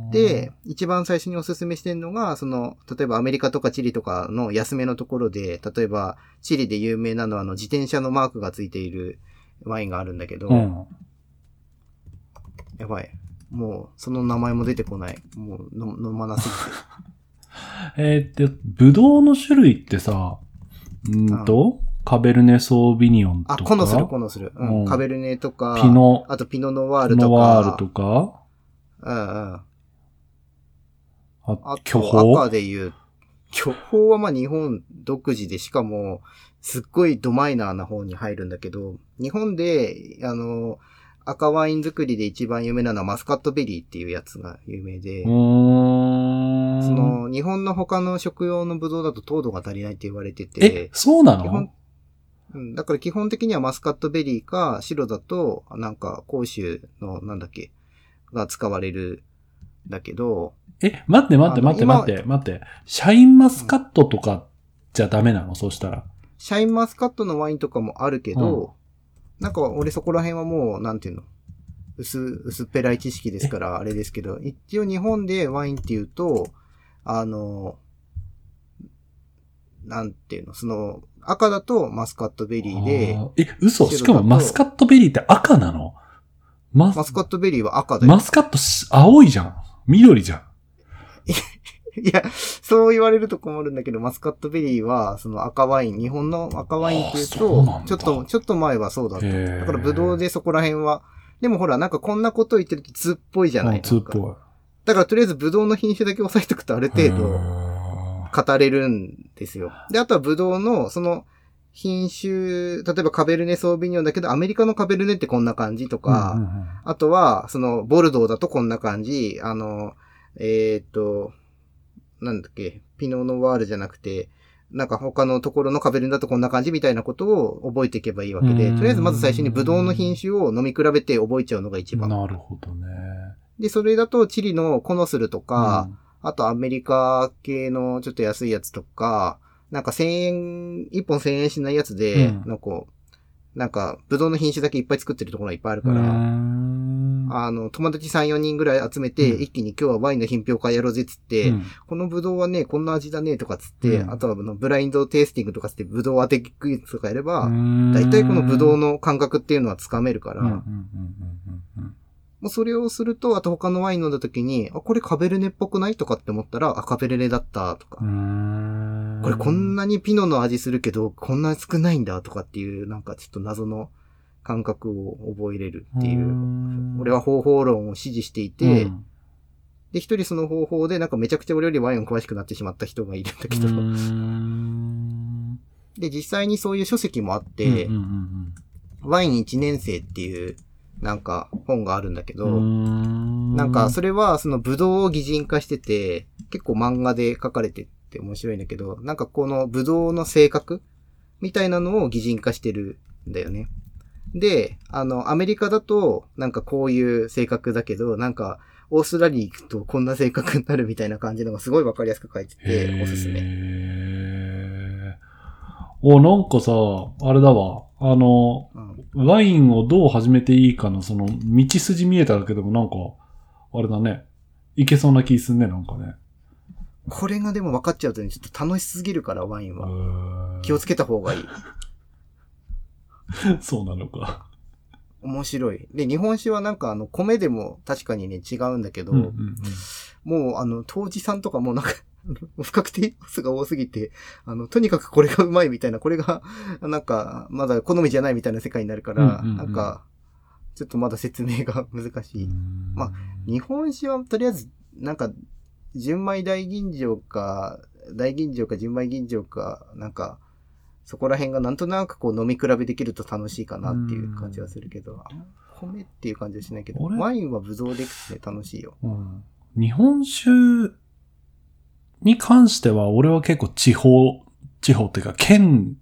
Speaker 1: ん、
Speaker 2: で、一番最初におすすめしてるのが、その、例えばアメリカとかチリとかの安めのところで、例えばチリで有名なのはあの自転車のマークがついているワインがあるんだけど、
Speaker 1: うん、
Speaker 2: やばい。もう、その名前も出てこない。もう、の飲まな
Speaker 1: [laughs]
Speaker 2: すぎて。
Speaker 1: えー、で、ブドウの種類ってさ、んーと、カベルネ・ソービニオンと
Speaker 2: あ、
Speaker 1: か、
Speaker 2: コノする、コノする。う
Speaker 1: うん
Speaker 2: ん。カベルネとか、
Speaker 1: ピノ、
Speaker 2: あとピノノワールとか。
Speaker 1: ノワールとか、
Speaker 2: うんうん。
Speaker 1: あ
Speaker 2: あ
Speaker 1: 巨
Speaker 2: と、
Speaker 1: 峰
Speaker 2: 赤で言う、巨峰はまあ日本独自で、しかも、すっごいドマイナーな方に入るんだけど、日本で、あの、赤ワイン作りで一番有名なのはマスカットベリーっていうやつが有名で
Speaker 1: う、ーん。
Speaker 2: その、日本の他の食用のブドウだと糖度が足りないって言われて
Speaker 1: え
Speaker 2: て、、
Speaker 1: そうな
Speaker 2: 基
Speaker 1: の
Speaker 2: 本、うん、だから基本的にはマスカットベリーか白だと、なんか、甲州の、なんだっけ、が使われるんだけど、
Speaker 1: え、待って待って
Speaker 2: あの
Speaker 1: 待って待って待って。シャインマスカットとかじゃダメなのそうしたら。
Speaker 2: シャインマスカットのワインとかもあるけど、なんか俺そこら辺はもう、なんていうの、薄、薄っぺらい知識で
Speaker 1: [laughs]
Speaker 2: すから、あれですけど、一応日本でワインっていうと、あの、なんていうの、その、赤だとマスカットベリーで
Speaker 1: あ、ーえ、嘘
Speaker 2: 白だと
Speaker 1: しかもマスカットベリーって赤なのマ
Speaker 2: マスカットベリーは赤だよ。
Speaker 1: マスカットし青いじゃん。緑じゃん。
Speaker 2: [laughs] いや、そう言われると困るんだけど、マスカットベリーは、その赤ワイン、日本の赤ワインっていう
Speaker 1: あそうな
Speaker 2: と
Speaker 1: ん、だ
Speaker 2: ちょっと、ちょっと前はそうだった
Speaker 1: だ
Speaker 2: だからブドウでそこら辺は。でもほら、なんかこんなこと言ってると通っぽいじ
Speaker 1: じ
Speaker 2: ゃない
Speaker 1: 通っ
Speaker 2: なんか
Speaker 1: ぽい。
Speaker 2: だからとりあえずブドウの品種だけ押さえておくとある程
Speaker 1: う
Speaker 2: 度
Speaker 1: ーん
Speaker 2: 語れるんですよ。で、あとはブドウのその品種、例えばカベルネ・ソービニョンだけど、アメリカのカベルネってこんな感じとか、
Speaker 1: うんうんうん
Speaker 2: あとは、その、ボルドーだとこんな感じ、あの、えーっと、なんだっけ、ピノノワールじゃなくて、なんか他のところのカベルンだとこんな感じみたいなことを覚えていけばいいわけで、
Speaker 1: うん
Speaker 2: とりあえずまず最初にブドウの品種を飲み比べて覚えちゃうのが一番。
Speaker 1: なるほどね。
Speaker 2: で、それだとチリのコノスルとか、あとアメリカ系のちょっと安いやつとか、なんか1000円、1本1000円しないやつで、
Speaker 1: うん
Speaker 2: なんかこう、なんか、ブドウの品種だけいっぱい作ってるところがいっぱいある
Speaker 1: う
Speaker 2: か
Speaker 1: ん、
Speaker 2: ら、
Speaker 1: うーん
Speaker 2: あの、友達3、4人ぐらい集めて、
Speaker 1: うん
Speaker 2: 一気に今日はワインの品評会やろうぜっつって、
Speaker 1: うん
Speaker 2: このブドウはね、こんな味だねとかつって、
Speaker 1: うん
Speaker 2: あとはあのブラインドテイスティングとかつって、ブドウ当てクイズとかやれ
Speaker 1: う
Speaker 2: ば、
Speaker 1: ん
Speaker 2: 大体このブドウの感覚っていうのはつかめるから、
Speaker 1: うんうんうん
Speaker 2: も
Speaker 1: うんうん
Speaker 2: うそれをすると、あと他のワイン飲んだ時に、あ、これカベルネっぽくないとかって思ったら、あ、カベルネだったとか、
Speaker 1: うんうーん
Speaker 2: これこんなにピノの味するけど、こんな少ないんだとかっていう、なんかちょっと謎の感覚を覚えれるっていうう、
Speaker 1: ん
Speaker 2: 俺は方法論を支持していて、
Speaker 1: うん
Speaker 2: で、一人その方法で、なんかめちゃくちゃ俺よりワイン詳しくなってしまった人がいるんだけ
Speaker 1: う
Speaker 2: ど、
Speaker 1: ーん
Speaker 2: で、実際にそういう書籍もあって、
Speaker 1: うんうん
Speaker 2: ワイン1年生っていう、なんか本があるんだけど、
Speaker 1: うんうん
Speaker 2: なんかそれはそのブドウを擬人化してて、結構漫画で書かれてって面白いんだけど、なんかこのブドウの性格みたいなのを擬人化してるんだよね。で、あの、アメリカだと、なんかこういう性格だけど、なんか、オーストラリア行くとこんな性格になるみたいな感じのがすごいわかりやすく書いてて、おすすめ。
Speaker 1: め。お、なんかさ、あれだわ。あの、
Speaker 2: うん、
Speaker 1: ワインをどう始めていいかの、その、道筋見えただけでもなんか、あれだね。いけそうな気すんね、なんかね。
Speaker 2: これがでも分かっちゃうとね、ちょっと楽しすぎるから、ワインは。
Speaker 1: へー
Speaker 2: 気をつけた方がいい。
Speaker 1: そうなのか。
Speaker 2: 面白い。で、日本酒はなんかあの、米でも確かにね、違うんだけど、
Speaker 1: うんうんうん
Speaker 2: もうあの、当時さんとかもうなんか、 [laughs] 不確定要素が多すぎて、あの、とにかくこれがうまいみたいな、これが、なんか、まだ好みじゃないみたいな世界になるから、
Speaker 1: うんうんうん
Speaker 2: なんか、ちょっとまだ説明が難しい。まあ
Speaker 1: うーん
Speaker 2: 日本酒はとりあえず、なんか、純米大吟醸か、大吟醸か純米吟醸か、なんか、そこら辺がなんとなくこう飲み比べできると楽しいかなっていう感じはするけど、あんま米っていう感じはしないけど、
Speaker 1: 俺
Speaker 2: ワインは武蔵でね、楽しいよ。
Speaker 1: うん日本酒に関しては、俺は結構地方、地方っていうか、県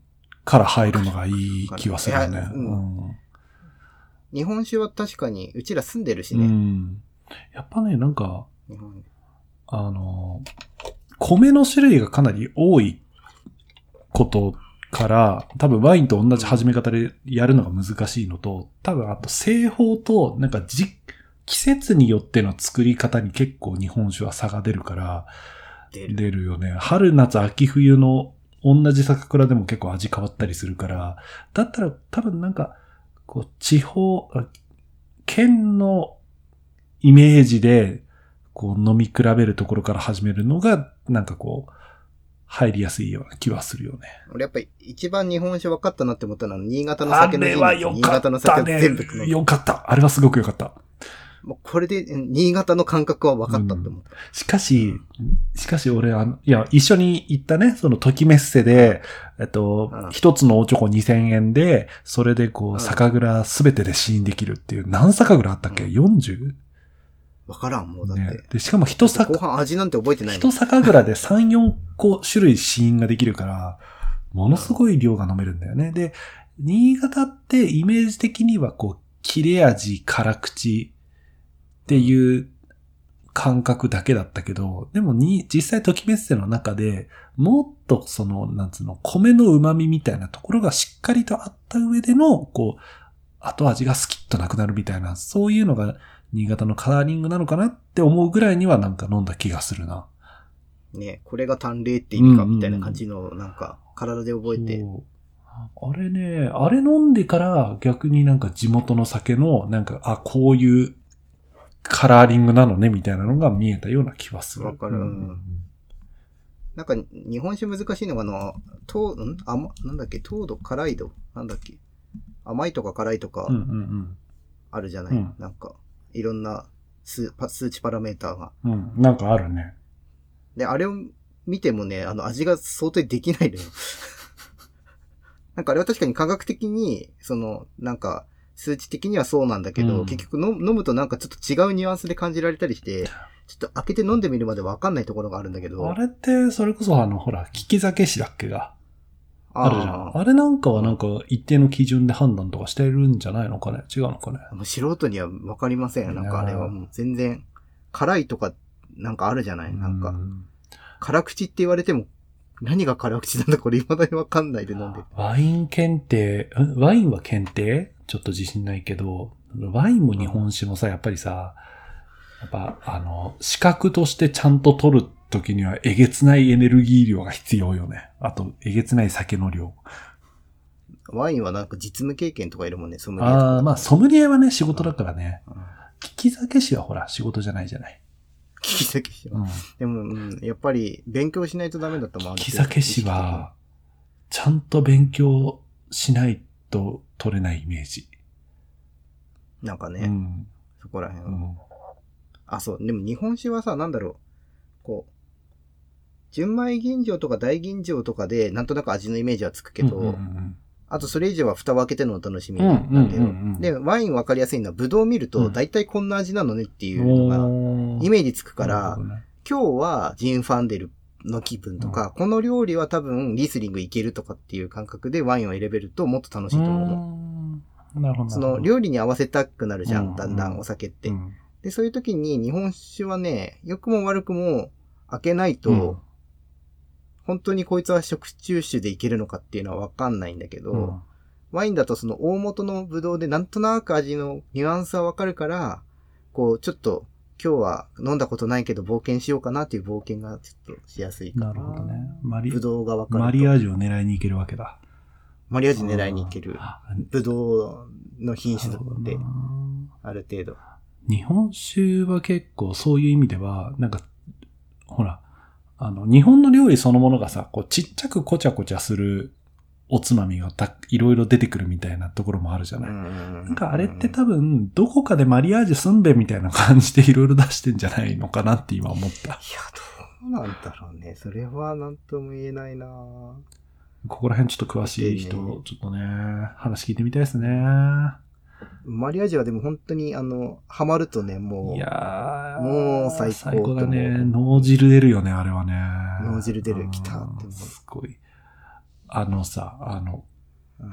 Speaker 1: から入るのがいい気はするよ
Speaker 2: い
Speaker 1: ね
Speaker 2: や。う
Speaker 1: うん
Speaker 2: 日本酒は確かに、うちら住んでるし
Speaker 1: う
Speaker 2: ね。
Speaker 1: ん。やっぱね、なんか、
Speaker 2: 日本
Speaker 1: あの、米の種類がかなり多いことから、多分ワインと同じ始め方でやるのが難しいのと、多分あと製法と、なんかじ、季節によっての作り方に結構日本酒は差が出るから、
Speaker 2: 出る。
Speaker 1: 出るよね。春、夏、秋、冬の同じ酒蔵でも結構味変わったりするから、だったら多分なんか、こう、地方、あ県のイメージで、こう、飲み比べるところから始めるのが、なんかこう、入りやすいような気はするよね。
Speaker 2: 俺やっぱり一番日本酒分かったなって思ったのは、新潟の
Speaker 1: あ
Speaker 2: 酒の
Speaker 1: れ
Speaker 2: 陣
Speaker 1: は
Speaker 2: です
Speaker 1: 良
Speaker 2: 新
Speaker 1: か
Speaker 2: 潟の
Speaker 1: った
Speaker 2: 酒
Speaker 1: ね
Speaker 2: 全部飲。む。
Speaker 1: 良かった。あれはすごく良かった。
Speaker 2: もうこれで、うん新潟の感覚は分かったって思った。
Speaker 1: しかし、しかし俺、あの、いや、一緒に行ったね、その、ときメッセで、えっと
Speaker 2: うん、
Speaker 1: 一、つのおちょこ2000円で、それでこ
Speaker 2: うん
Speaker 1: う、酒蔵すべてで試飲できるっていう、何酒蔵あったっけ、
Speaker 2: う
Speaker 1: ?40?
Speaker 2: 分からん、もうだって。
Speaker 1: ね。で、しかも一
Speaker 2: 後
Speaker 1: 酒、
Speaker 2: 半味なんて覚えてないも
Speaker 1: 一
Speaker 2: ん。
Speaker 1: 酒蔵で3、4個種類試飲ができるから、ものすごい量が飲めるんだよね。で、新潟ってイメージ的にはこう、切れ味、辛口っていう感覚だけだったけど、でもに、実際ときめっせの中でもっとその、なんつうの、米の旨味みたいなところがしっかりとあった上での、こう、後味がスキッとなくなるみたいな、そういうのが新潟のカラーリングなのかなって思うぐらいにはなんか飲んだ気がするな。
Speaker 2: ね、これが淡麗って意味か、
Speaker 1: うんうんうん
Speaker 2: みたいな感じの、なんか、体で覚えて。
Speaker 1: そうあれね、あれ飲んでから逆になんか地元の酒のなんか、あ、こういうカラーリングなのねみたいなのが見えたような気はする。
Speaker 2: わかるうんなんか、日本酒難しいのが、あの、糖、ん甘、なんだっけ、糖度、辛い度、なんだっけ。甘いとか辛いとか
Speaker 1: うんうん
Speaker 2: あるじゃない、
Speaker 1: うん
Speaker 2: なんか、いろんな数パ数値パラメーターが。
Speaker 1: うん。うん、なんかあるね。
Speaker 2: で、あれを見てもね、あの、味が想定できないのよ。 [laughs] なんかあれは確かに科学的に、その、なんか、数値的にはそうなんだけど、
Speaker 1: うん
Speaker 2: 結局の飲むとなんかちょっと違うニュアンスで感じられたりして、ちょっと開けて飲んでみるまでわかんないところがあるんだけど。
Speaker 1: あれって、それこそあの、ほら、聞き酒師だっけが。
Speaker 2: あ
Speaker 1: あ
Speaker 2: ー
Speaker 1: るじゃん。あれなんかはなんか一定の基準で判断とかしてるんじゃないのかね違うのかね
Speaker 2: もう素人にはわかりません。なんかあれはもう全然、辛いとか、なんかあるじゃないなん
Speaker 1: う
Speaker 2: か、辛口って言われても、何が辛口なんだこれ未だにわかんないで飲んでる。
Speaker 1: ワイン検定、んワインは検定ちょっと自信ないけど、ワインも日本酒もさ、やっぱりさ、やっぱあの、資格としてちゃんと取るときにはえげつないエネルギー量が必要よね。あと、えげつない酒の量。
Speaker 2: ワインはなんか実務経験とかいるもんね、ソムリエとか
Speaker 1: ああ、まあ、ソムリエはね、仕事だからね。
Speaker 2: うん
Speaker 1: 聞き酒師はほら、仕事じゃないじゃない。
Speaker 2: 聞き酒師は。
Speaker 1: うん
Speaker 2: でも、うん、やっぱり勉強しないとダメだと思う。
Speaker 1: 木酒師は、ちゃんと勉強しないと取れないイメージ。
Speaker 2: なんかね、
Speaker 1: うん。
Speaker 2: そこら辺
Speaker 1: う
Speaker 2: は、
Speaker 1: ん。
Speaker 2: あ、そう。でも日本酒はさ、なんだろう。こう、純米吟醸とか大吟醸とかで、なんとなく味のイメージはつくけど、
Speaker 1: うんうん
Speaker 2: あとそれ以上は蓋を開けてのお楽しみ
Speaker 1: うん。うんう
Speaker 2: なんんだ
Speaker 1: う
Speaker 2: よ。
Speaker 1: んうん。
Speaker 2: で、ワインわかりやすいのは、ブドウ見る
Speaker 1: う
Speaker 2: と、
Speaker 1: ん
Speaker 2: だいたいこんな味なのねっていうのが、
Speaker 1: おー、
Speaker 2: イメージつくから
Speaker 1: なるほ、どね
Speaker 2: 今日はジンファンデルの気分とか、この料理は多分リスリングいけるとかっていう感覚でワインを選べるともっと楽しいと思う。
Speaker 1: うーんなるほど。
Speaker 2: その料理に合わせたくなるじゃん、だんだ
Speaker 1: うん
Speaker 2: んお酒って
Speaker 1: う。ん
Speaker 2: で、そういう時に日本酒はね、良くも悪くも開けないと、
Speaker 1: うん
Speaker 2: 本当にこいつは食中酒でいけるのかっていうのはわかんないんだけど、
Speaker 1: うん
Speaker 2: ワインだとその大元のブドウでなんとなく味のニュアンスはわかるから、こう、ちょっと今日は飲んだことないけど冒険しようかなっていう冒険がちょっとしやすいかな。
Speaker 1: なるほどね。マリ
Speaker 2: ブドウがわかると。
Speaker 1: マリアージュを狙いに行けるわけだ。
Speaker 2: マリアージュ狙いに行ける。
Speaker 1: あ
Speaker 2: ブドウの品種だっ
Speaker 1: なる
Speaker 2: て
Speaker 1: ほど、な
Speaker 2: ある程度。
Speaker 1: 日本酒は結構そういう意味では、なんか、ほら、あの、日本の料理そのものがさ、こう、ちっちゃくこちゃこちゃするおつまみがたいろいろ出てくるみたいなところもあるじゃない。
Speaker 2: な
Speaker 1: なんかあれって多分、どこかでマリアージュすんべみたいな感じでいろいろ出してんじゃないのかなって今思った。
Speaker 2: いや、どうなんだろうね。それはなんとも言えないなぁ
Speaker 1: ここら辺ちょっと詳しい人、
Speaker 2: いいね
Speaker 1: ちょっとね、話聞いてみたいですね。
Speaker 2: マリアージュはでも本当に、あの、ハマるとね、も、
Speaker 1: いうやー
Speaker 2: もう最高
Speaker 1: 最高だね。脳汁出るよね、あれはね。
Speaker 2: 脳汁出
Speaker 1: う
Speaker 2: る
Speaker 1: ん
Speaker 2: 来たって思う
Speaker 1: すごい。あのさ、あの、
Speaker 2: うん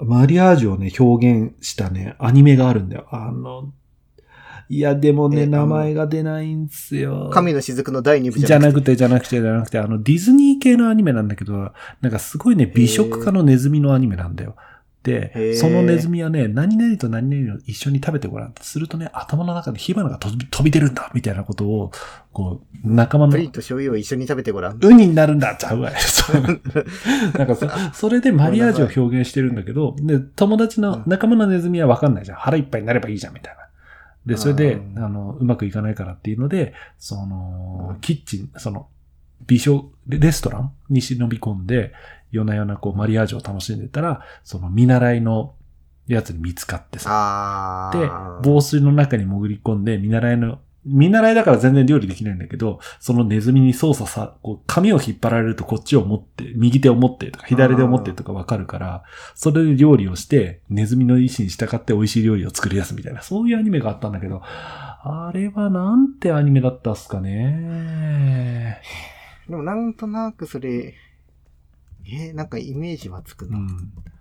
Speaker 1: マリアージュをね、表現したね、アニメがあるんだよ。あの、いや、でも
Speaker 2: え
Speaker 1: ね、
Speaker 2: あの
Speaker 1: 名前が出ないんすよ。
Speaker 2: 神の雫の第二部
Speaker 1: じゃな
Speaker 2: くて
Speaker 1: くて、じゃなくて、じゃなくて、あの、ディズニー系のアニメなんだけど、なんかすごいね、美食家のネズミのアニメなんだよ。
Speaker 2: へ
Speaker 1: で、
Speaker 2: ー
Speaker 1: そのネズミはね、何々と何々を一緒に食べてごらん。するとね、頭の中で火花が飛び飛び出るんだみたいなことを、こう、仲間の
Speaker 2: プリンと醤油を一緒に食べてごらん。
Speaker 1: ウニになるんだちゃうわよ。そう [laughs]
Speaker 2: [laughs]
Speaker 1: なんかそ、それでマリアージュを表現してるんだけど、で、友達
Speaker 2: う
Speaker 1: の
Speaker 2: ん
Speaker 1: 仲間のネズミはわかんないじゃん。腹いっぱいになればいいじゃん、みたいな。で、それで、
Speaker 2: うん
Speaker 1: あの、うまくいかないからっていうので、その
Speaker 2: う、ん
Speaker 1: キッチン、その、美少、レストランに忍び込んで、夜な夜なこう、マリアージュを楽しんでたら、その、見習いのやつに見つかってさ、
Speaker 2: [laughs] あ
Speaker 1: で
Speaker 2: ー。、
Speaker 1: 防水の中に潜り込んで、見習いの、見習いだから全然料理できないんだけど、そのネズミに操作さ、こう、髪を引っ張られるとこっちを持って、右手を持ってとか、左手を持ってとかわかるから、それで料理をして、ネズミの意思に従って美味しい料理を作り出すみたいな、そういうアニメがあったんだけど、あれはなんてアニメだったっすかね。
Speaker 2: でもなんとなくそれ、えーなんかイメージはつく
Speaker 1: う
Speaker 2: な。
Speaker 1: ん。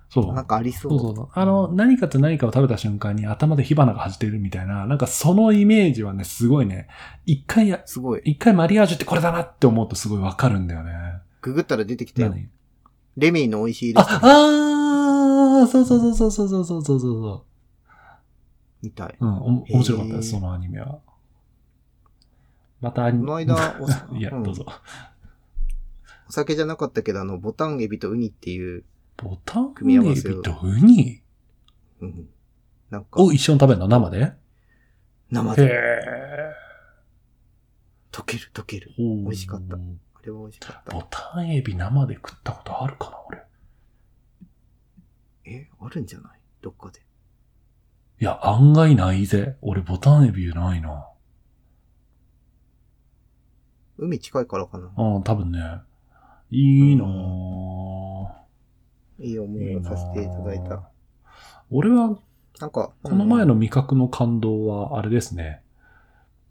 Speaker 1: そう。
Speaker 2: なんかありそ
Speaker 1: そう
Speaker 2: う。
Speaker 1: そうそう。あの、何かと何かを食べた瞬間に頭で火花が弾けるみたいな、なんかそのイメージはね、すごいね、一回や、
Speaker 2: すごい。
Speaker 1: 一回マリアージュってこれだなって思うとすごいわかるんだよね。
Speaker 2: ググったら出てきたよ。
Speaker 1: 何
Speaker 2: レミーの美味しいレシ
Speaker 1: あ、あーそうそうそうそうそうそうそうそうそ
Speaker 2: ピみたい。
Speaker 1: う。うん、おも面白かったで
Speaker 2: へ
Speaker 1: す、
Speaker 2: ー
Speaker 1: そのアニメは。またア
Speaker 2: こ
Speaker 1: ニ
Speaker 2: の
Speaker 1: メ。
Speaker 2: 間、
Speaker 1: [laughs]
Speaker 2: お
Speaker 1: いや、
Speaker 2: ん
Speaker 1: どうぞ。
Speaker 2: お酒じゃなかったけど、あの、ボタンエビとウニっていう、
Speaker 1: ボタン
Speaker 2: 組み合わ
Speaker 1: エ
Speaker 2: せを
Speaker 1: ビとウニ
Speaker 2: うんなんか、
Speaker 1: を一緒に食べるの生で
Speaker 2: 生
Speaker 1: へ
Speaker 2: で
Speaker 1: え。
Speaker 2: 溶ける溶ける。
Speaker 1: 美
Speaker 2: 美味しかったあれは美味しかった
Speaker 1: ボ。タンエビ生で食ったことあるかな、俺。
Speaker 2: え、あるんじゃないどっかで。
Speaker 1: いや、案外ないぜ。俺、ボタンエビないな。
Speaker 2: 海近いからかな。
Speaker 1: うん、多分ね。いいなぁ
Speaker 2: ういい思
Speaker 1: い
Speaker 2: い
Speaker 1: い
Speaker 2: を
Speaker 1: なぁ
Speaker 2: させていただいた。。
Speaker 1: 俺は、
Speaker 2: なんか、
Speaker 1: この前
Speaker 2: の、
Speaker 1: の味覚の感動は、あれですね。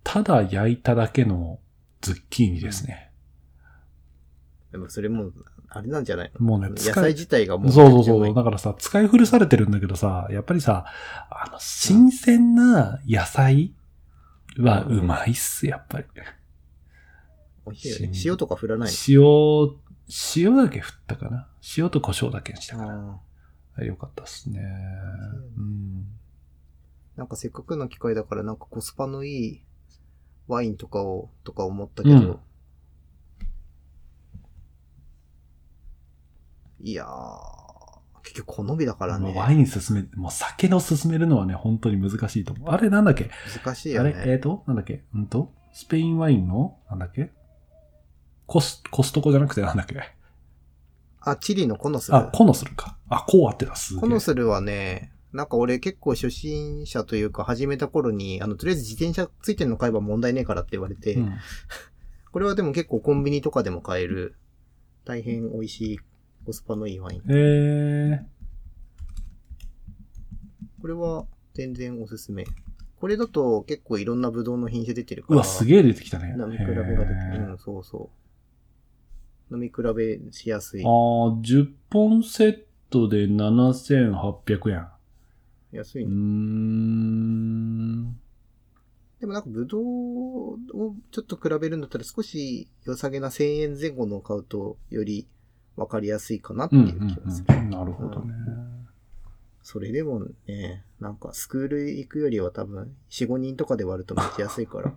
Speaker 1: ただ焼いただけのズッキーニですね。
Speaker 2: でもそれも、あれなんじゃない
Speaker 1: もうね、
Speaker 2: 野
Speaker 1: 使
Speaker 2: 菜
Speaker 1: い、
Speaker 2: 自体がも
Speaker 1: そう
Speaker 2: う、
Speaker 1: そうそう。だからさ、使い古されてるんだけどさ、やっぱりさ、あの、新鮮な野菜はうまいっす、やっぱり。
Speaker 2: 美味しいよね。塩とか振らない
Speaker 1: 塩、塩だけ振ったかな。塩と胡椒だけにしたかな。
Speaker 2: の
Speaker 1: よかったっすね。うん。
Speaker 2: なんかせっかくの機会だから、なんかコスパのいいワインとかを、とか思ったけど、
Speaker 1: うん
Speaker 2: いやー、結局好みだから
Speaker 1: も
Speaker 2: ね
Speaker 1: う。ワイン進め、もう酒の進めるのはね、本当に難しいと思う。あれなんだっけ、
Speaker 2: 難しい
Speaker 1: あ
Speaker 2: よ
Speaker 1: れ、え
Speaker 2: ね。
Speaker 1: ーと、なんだっけうんと、スペインワインの、なんだっけコス、コストコじゃなくてなんだっけ
Speaker 2: あ、チリのコノスル
Speaker 1: あ、。コノスルか。あ、こうあってた、すげえ
Speaker 2: コノスルはね、なんか俺結構初心者というか始めた頃に、あの、とりあえず自転車ついてるの買えば問題ねえからって言われて、
Speaker 1: うん。
Speaker 2: これはでも結構コンビニとかでも買える、大変美味しいコスパのいいワイン。
Speaker 1: え
Speaker 2: これは全然おすすめ。これだと結構いろんなブドウの品種出てるか
Speaker 1: ー、
Speaker 2: ら。
Speaker 1: うわ、すげえ出てきたね。
Speaker 2: 飲み比べができる。
Speaker 1: へー
Speaker 2: うん、そうそう。飲み比べしやすい。
Speaker 1: あー10本セットで7800円。
Speaker 2: 安
Speaker 1: う
Speaker 2: い
Speaker 1: ー
Speaker 2: ね。
Speaker 1: ん。
Speaker 2: でもなんか、ぶどうをちょっと比べるんだったら少し良さげな1000円前後のを買うと、より分かりやすいかなって
Speaker 1: うん
Speaker 2: いううん気がする。
Speaker 1: うん。なるほどね。
Speaker 2: それでもね、なんか、スクール行くよりは多分、4、5人とかで割ると持ちやすいから。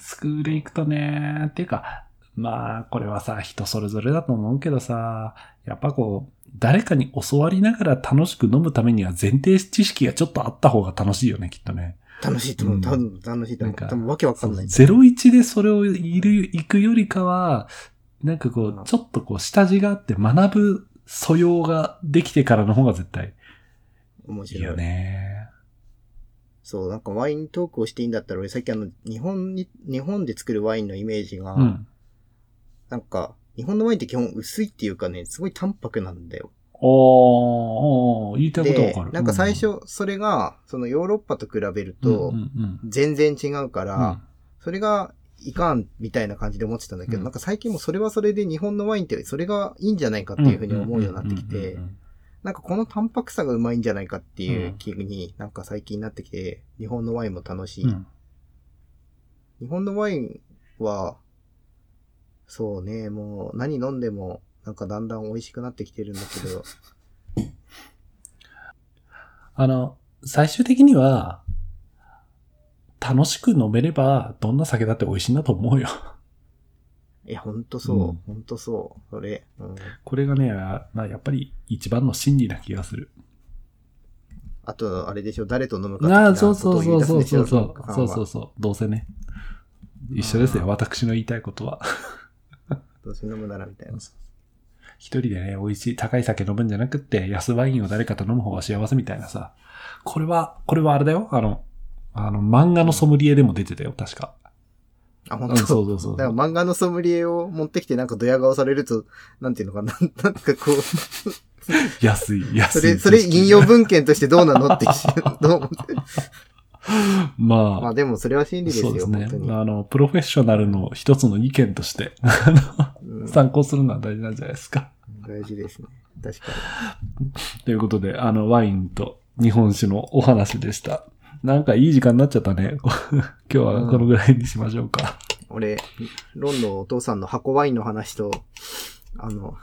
Speaker 1: スクール行くとね、っていうか、まあ、これはさ、人それぞれだと思うけどさ、やっぱこう、誰かに教わりながら楽しく飲むためには前提知識がちょっとあった方が楽しいよね、きっとね。
Speaker 2: 楽しいと思
Speaker 1: う
Speaker 2: う。
Speaker 1: ん
Speaker 2: 多分、楽しいと思
Speaker 1: なん
Speaker 2: う。
Speaker 1: か
Speaker 2: 多分、わけわかんない。
Speaker 1: 01でそれをいる、行くよりかは、なんかこ
Speaker 2: うん
Speaker 1: う、ちょっとこう、下地があって学ぶ素養ができてからの方が絶対
Speaker 2: 面
Speaker 1: い
Speaker 2: 白
Speaker 1: い
Speaker 2: い。
Speaker 1: よね。
Speaker 2: そう、なんかワイントークをしていいんだったら、俺さっきあの、日本に、日本で作るワインのイメージが、
Speaker 1: うん。
Speaker 2: なんか、日本のワインって基本薄いっていうかね、すごい淡白なんだよ。
Speaker 1: おー、おー言いたいことはわ
Speaker 2: で
Speaker 1: かる。、
Speaker 2: なんか最初、それが、そのヨーロッパと比べる
Speaker 1: うん、
Speaker 2: と
Speaker 1: うん、うん
Speaker 2: 全然違うか
Speaker 1: う
Speaker 2: ら、
Speaker 1: ん、
Speaker 2: それが、いかん、みたいな感じで思ってたんだけど、
Speaker 1: うん
Speaker 2: なんか最近もそれはそれで日本のワインって、それがいいんじゃないかっていうふうに思うようになってき
Speaker 1: うんうんうんうん
Speaker 2: て
Speaker 1: う、ん
Speaker 2: なんかこの淡白さがうまいんじゃないかっていう気になんか最近になってきて、日本のワインも楽しい。
Speaker 1: うん
Speaker 2: 日本のワインは、そうね、もう何飲んでも、なんかだんだん美味しくなってきてるんだけ
Speaker 1: [laughs]
Speaker 2: ど、
Speaker 1: あの、最終的には、楽しく飲めれば、どんな酒だって美味しいんだと思うよ。 [laughs]
Speaker 2: いや、ほんとそう、
Speaker 1: うん
Speaker 2: ほんとそう、それ、うん。
Speaker 1: これがね、まあ、やっぱり一番の真理な気がする。
Speaker 2: あと、あれでしょ、誰と飲むか的
Speaker 1: あ
Speaker 2: な
Speaker 1: あ、
Speaker 2: こ
Speaker 1: そうそ
Speaker 2: とを
Speaker 1: う
Speaker 2: 言
Speaker 1: そ
Speaker 2: いう出す
Speaker 1: そ
Speaker 2: ん
Speaker 1: う
Speaker 2: でし
Speaker 1: そ
Speaker 2: ょ
Speaker 1: うそう
Speaker 2: 田中さ
Speaker 1: そ
Speaker 2: ん
Speaker 1: う
Speaker 2: は
Speaker 1: そうそう。どうせね。一緒ですよ、私の言いたいことは。 [laughs]
Speaker 2: どうせ飲むならみたいな。
Speaker 1: 一人でね、美味しい高い酒飲むんじゃなくって、安ワインを誰かと飲む方が幸せみたいなさ。これは、これはあれだよ。あの、あの、漫画のソムリエでも出てたよ、確か。
Speaker 2: あ、ほ
Speaker 1: うんん
Speaker 2: と
Speaker 1: そうそうそう。
Speaker 2: だから漫画のソムリエを持ってきてなんかドヤ顔されると、なんていう
Speaker 1: [laughs]
Speaker 2: のかな、なんかこう、
Speaker 1: 安い、 [laughs] 安
Speaker 2: そ
Speaker 1: い。
Speaker 2: れ、それ引用文献としてどうなのって一瞬、どう思って
Speaker 1: [laughs] まあ
Speaker 2: まあ、でもそれは真理ですよ、
Speaker 1: そうです
Speaker 2: 本
Speaker 1: ね
Speaker 2: 当。に。
Speaker 1: あの、プロフェッショナルの一つの意見として、あ
Speaker 2: うん
Speaker 1: の参考するのは大事なんじゃないですか。
Speaker 2: 大事ですね。確かに。
Speaker 1: ということで、あの、ワインと日本酒のお話でした。なんかいい時間になっちゃったね。 [laughs] 今日はこのぐらいにしましょうか。
Speaker 2: 俺、ロンのお父さんの箱ワインの話と、あの、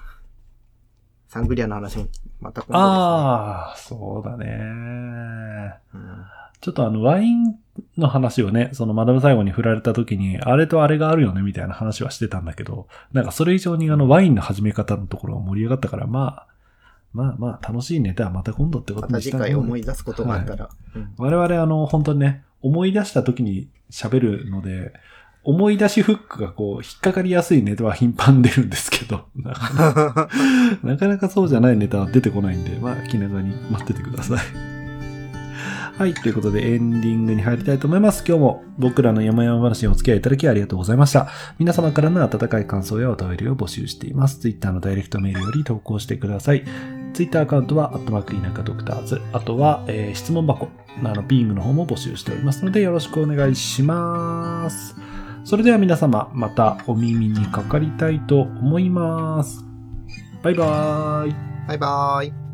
Speaker 2: サングリアの話もまた今
Speaker 1: ああ、そうだね。
Speaker 2: 度です、ね。
Speaker 1: ちょっとあの、ワインの話をね、そのマダム最後に振られた時に、あれとあれがあるよね、みたいな話はしてたんだけど、なんかそれ以上にあの、ワインの始め方のところが盛り上がったから、まあ、まあまあ、楽しいネタはまた今度って
Speaker 2: う
Speaker 1: こ
Speaker 2: んま
Speaker 1: と
Speaker 2: た
Speaker 1: にし
Speaker 2: 次
Speaker 1: たい
Speaker 2: 回思い出すことがあったら。うん
Speaker 1: 我々あの、本当にね、思い出した時に喋るので、思い出しフックがこう、引っかかりやすいネタは頻繁に出るんですけど、 [laughs] なかなかなかなかそうじゃないネタは出てこないんで、まあ、気長に待っててください。はい、ということでエンディングに入りたいと思います。今日も僕らの山々話にお付き合いいただきありがとうございました。皆様からの温かい感想やお便りを募集しています。Twitter のダイレクトメールより投稿してください。Twitter アカウントは、アットマーク田舎ドクターズ。あとは、えー質問箱、あの、ビームの方も募集しておりますので、よろしくお願いします。それでは皆様、またお耳にかかりたいと思います。バイバーイ。
Speaker 2: バイバーイ。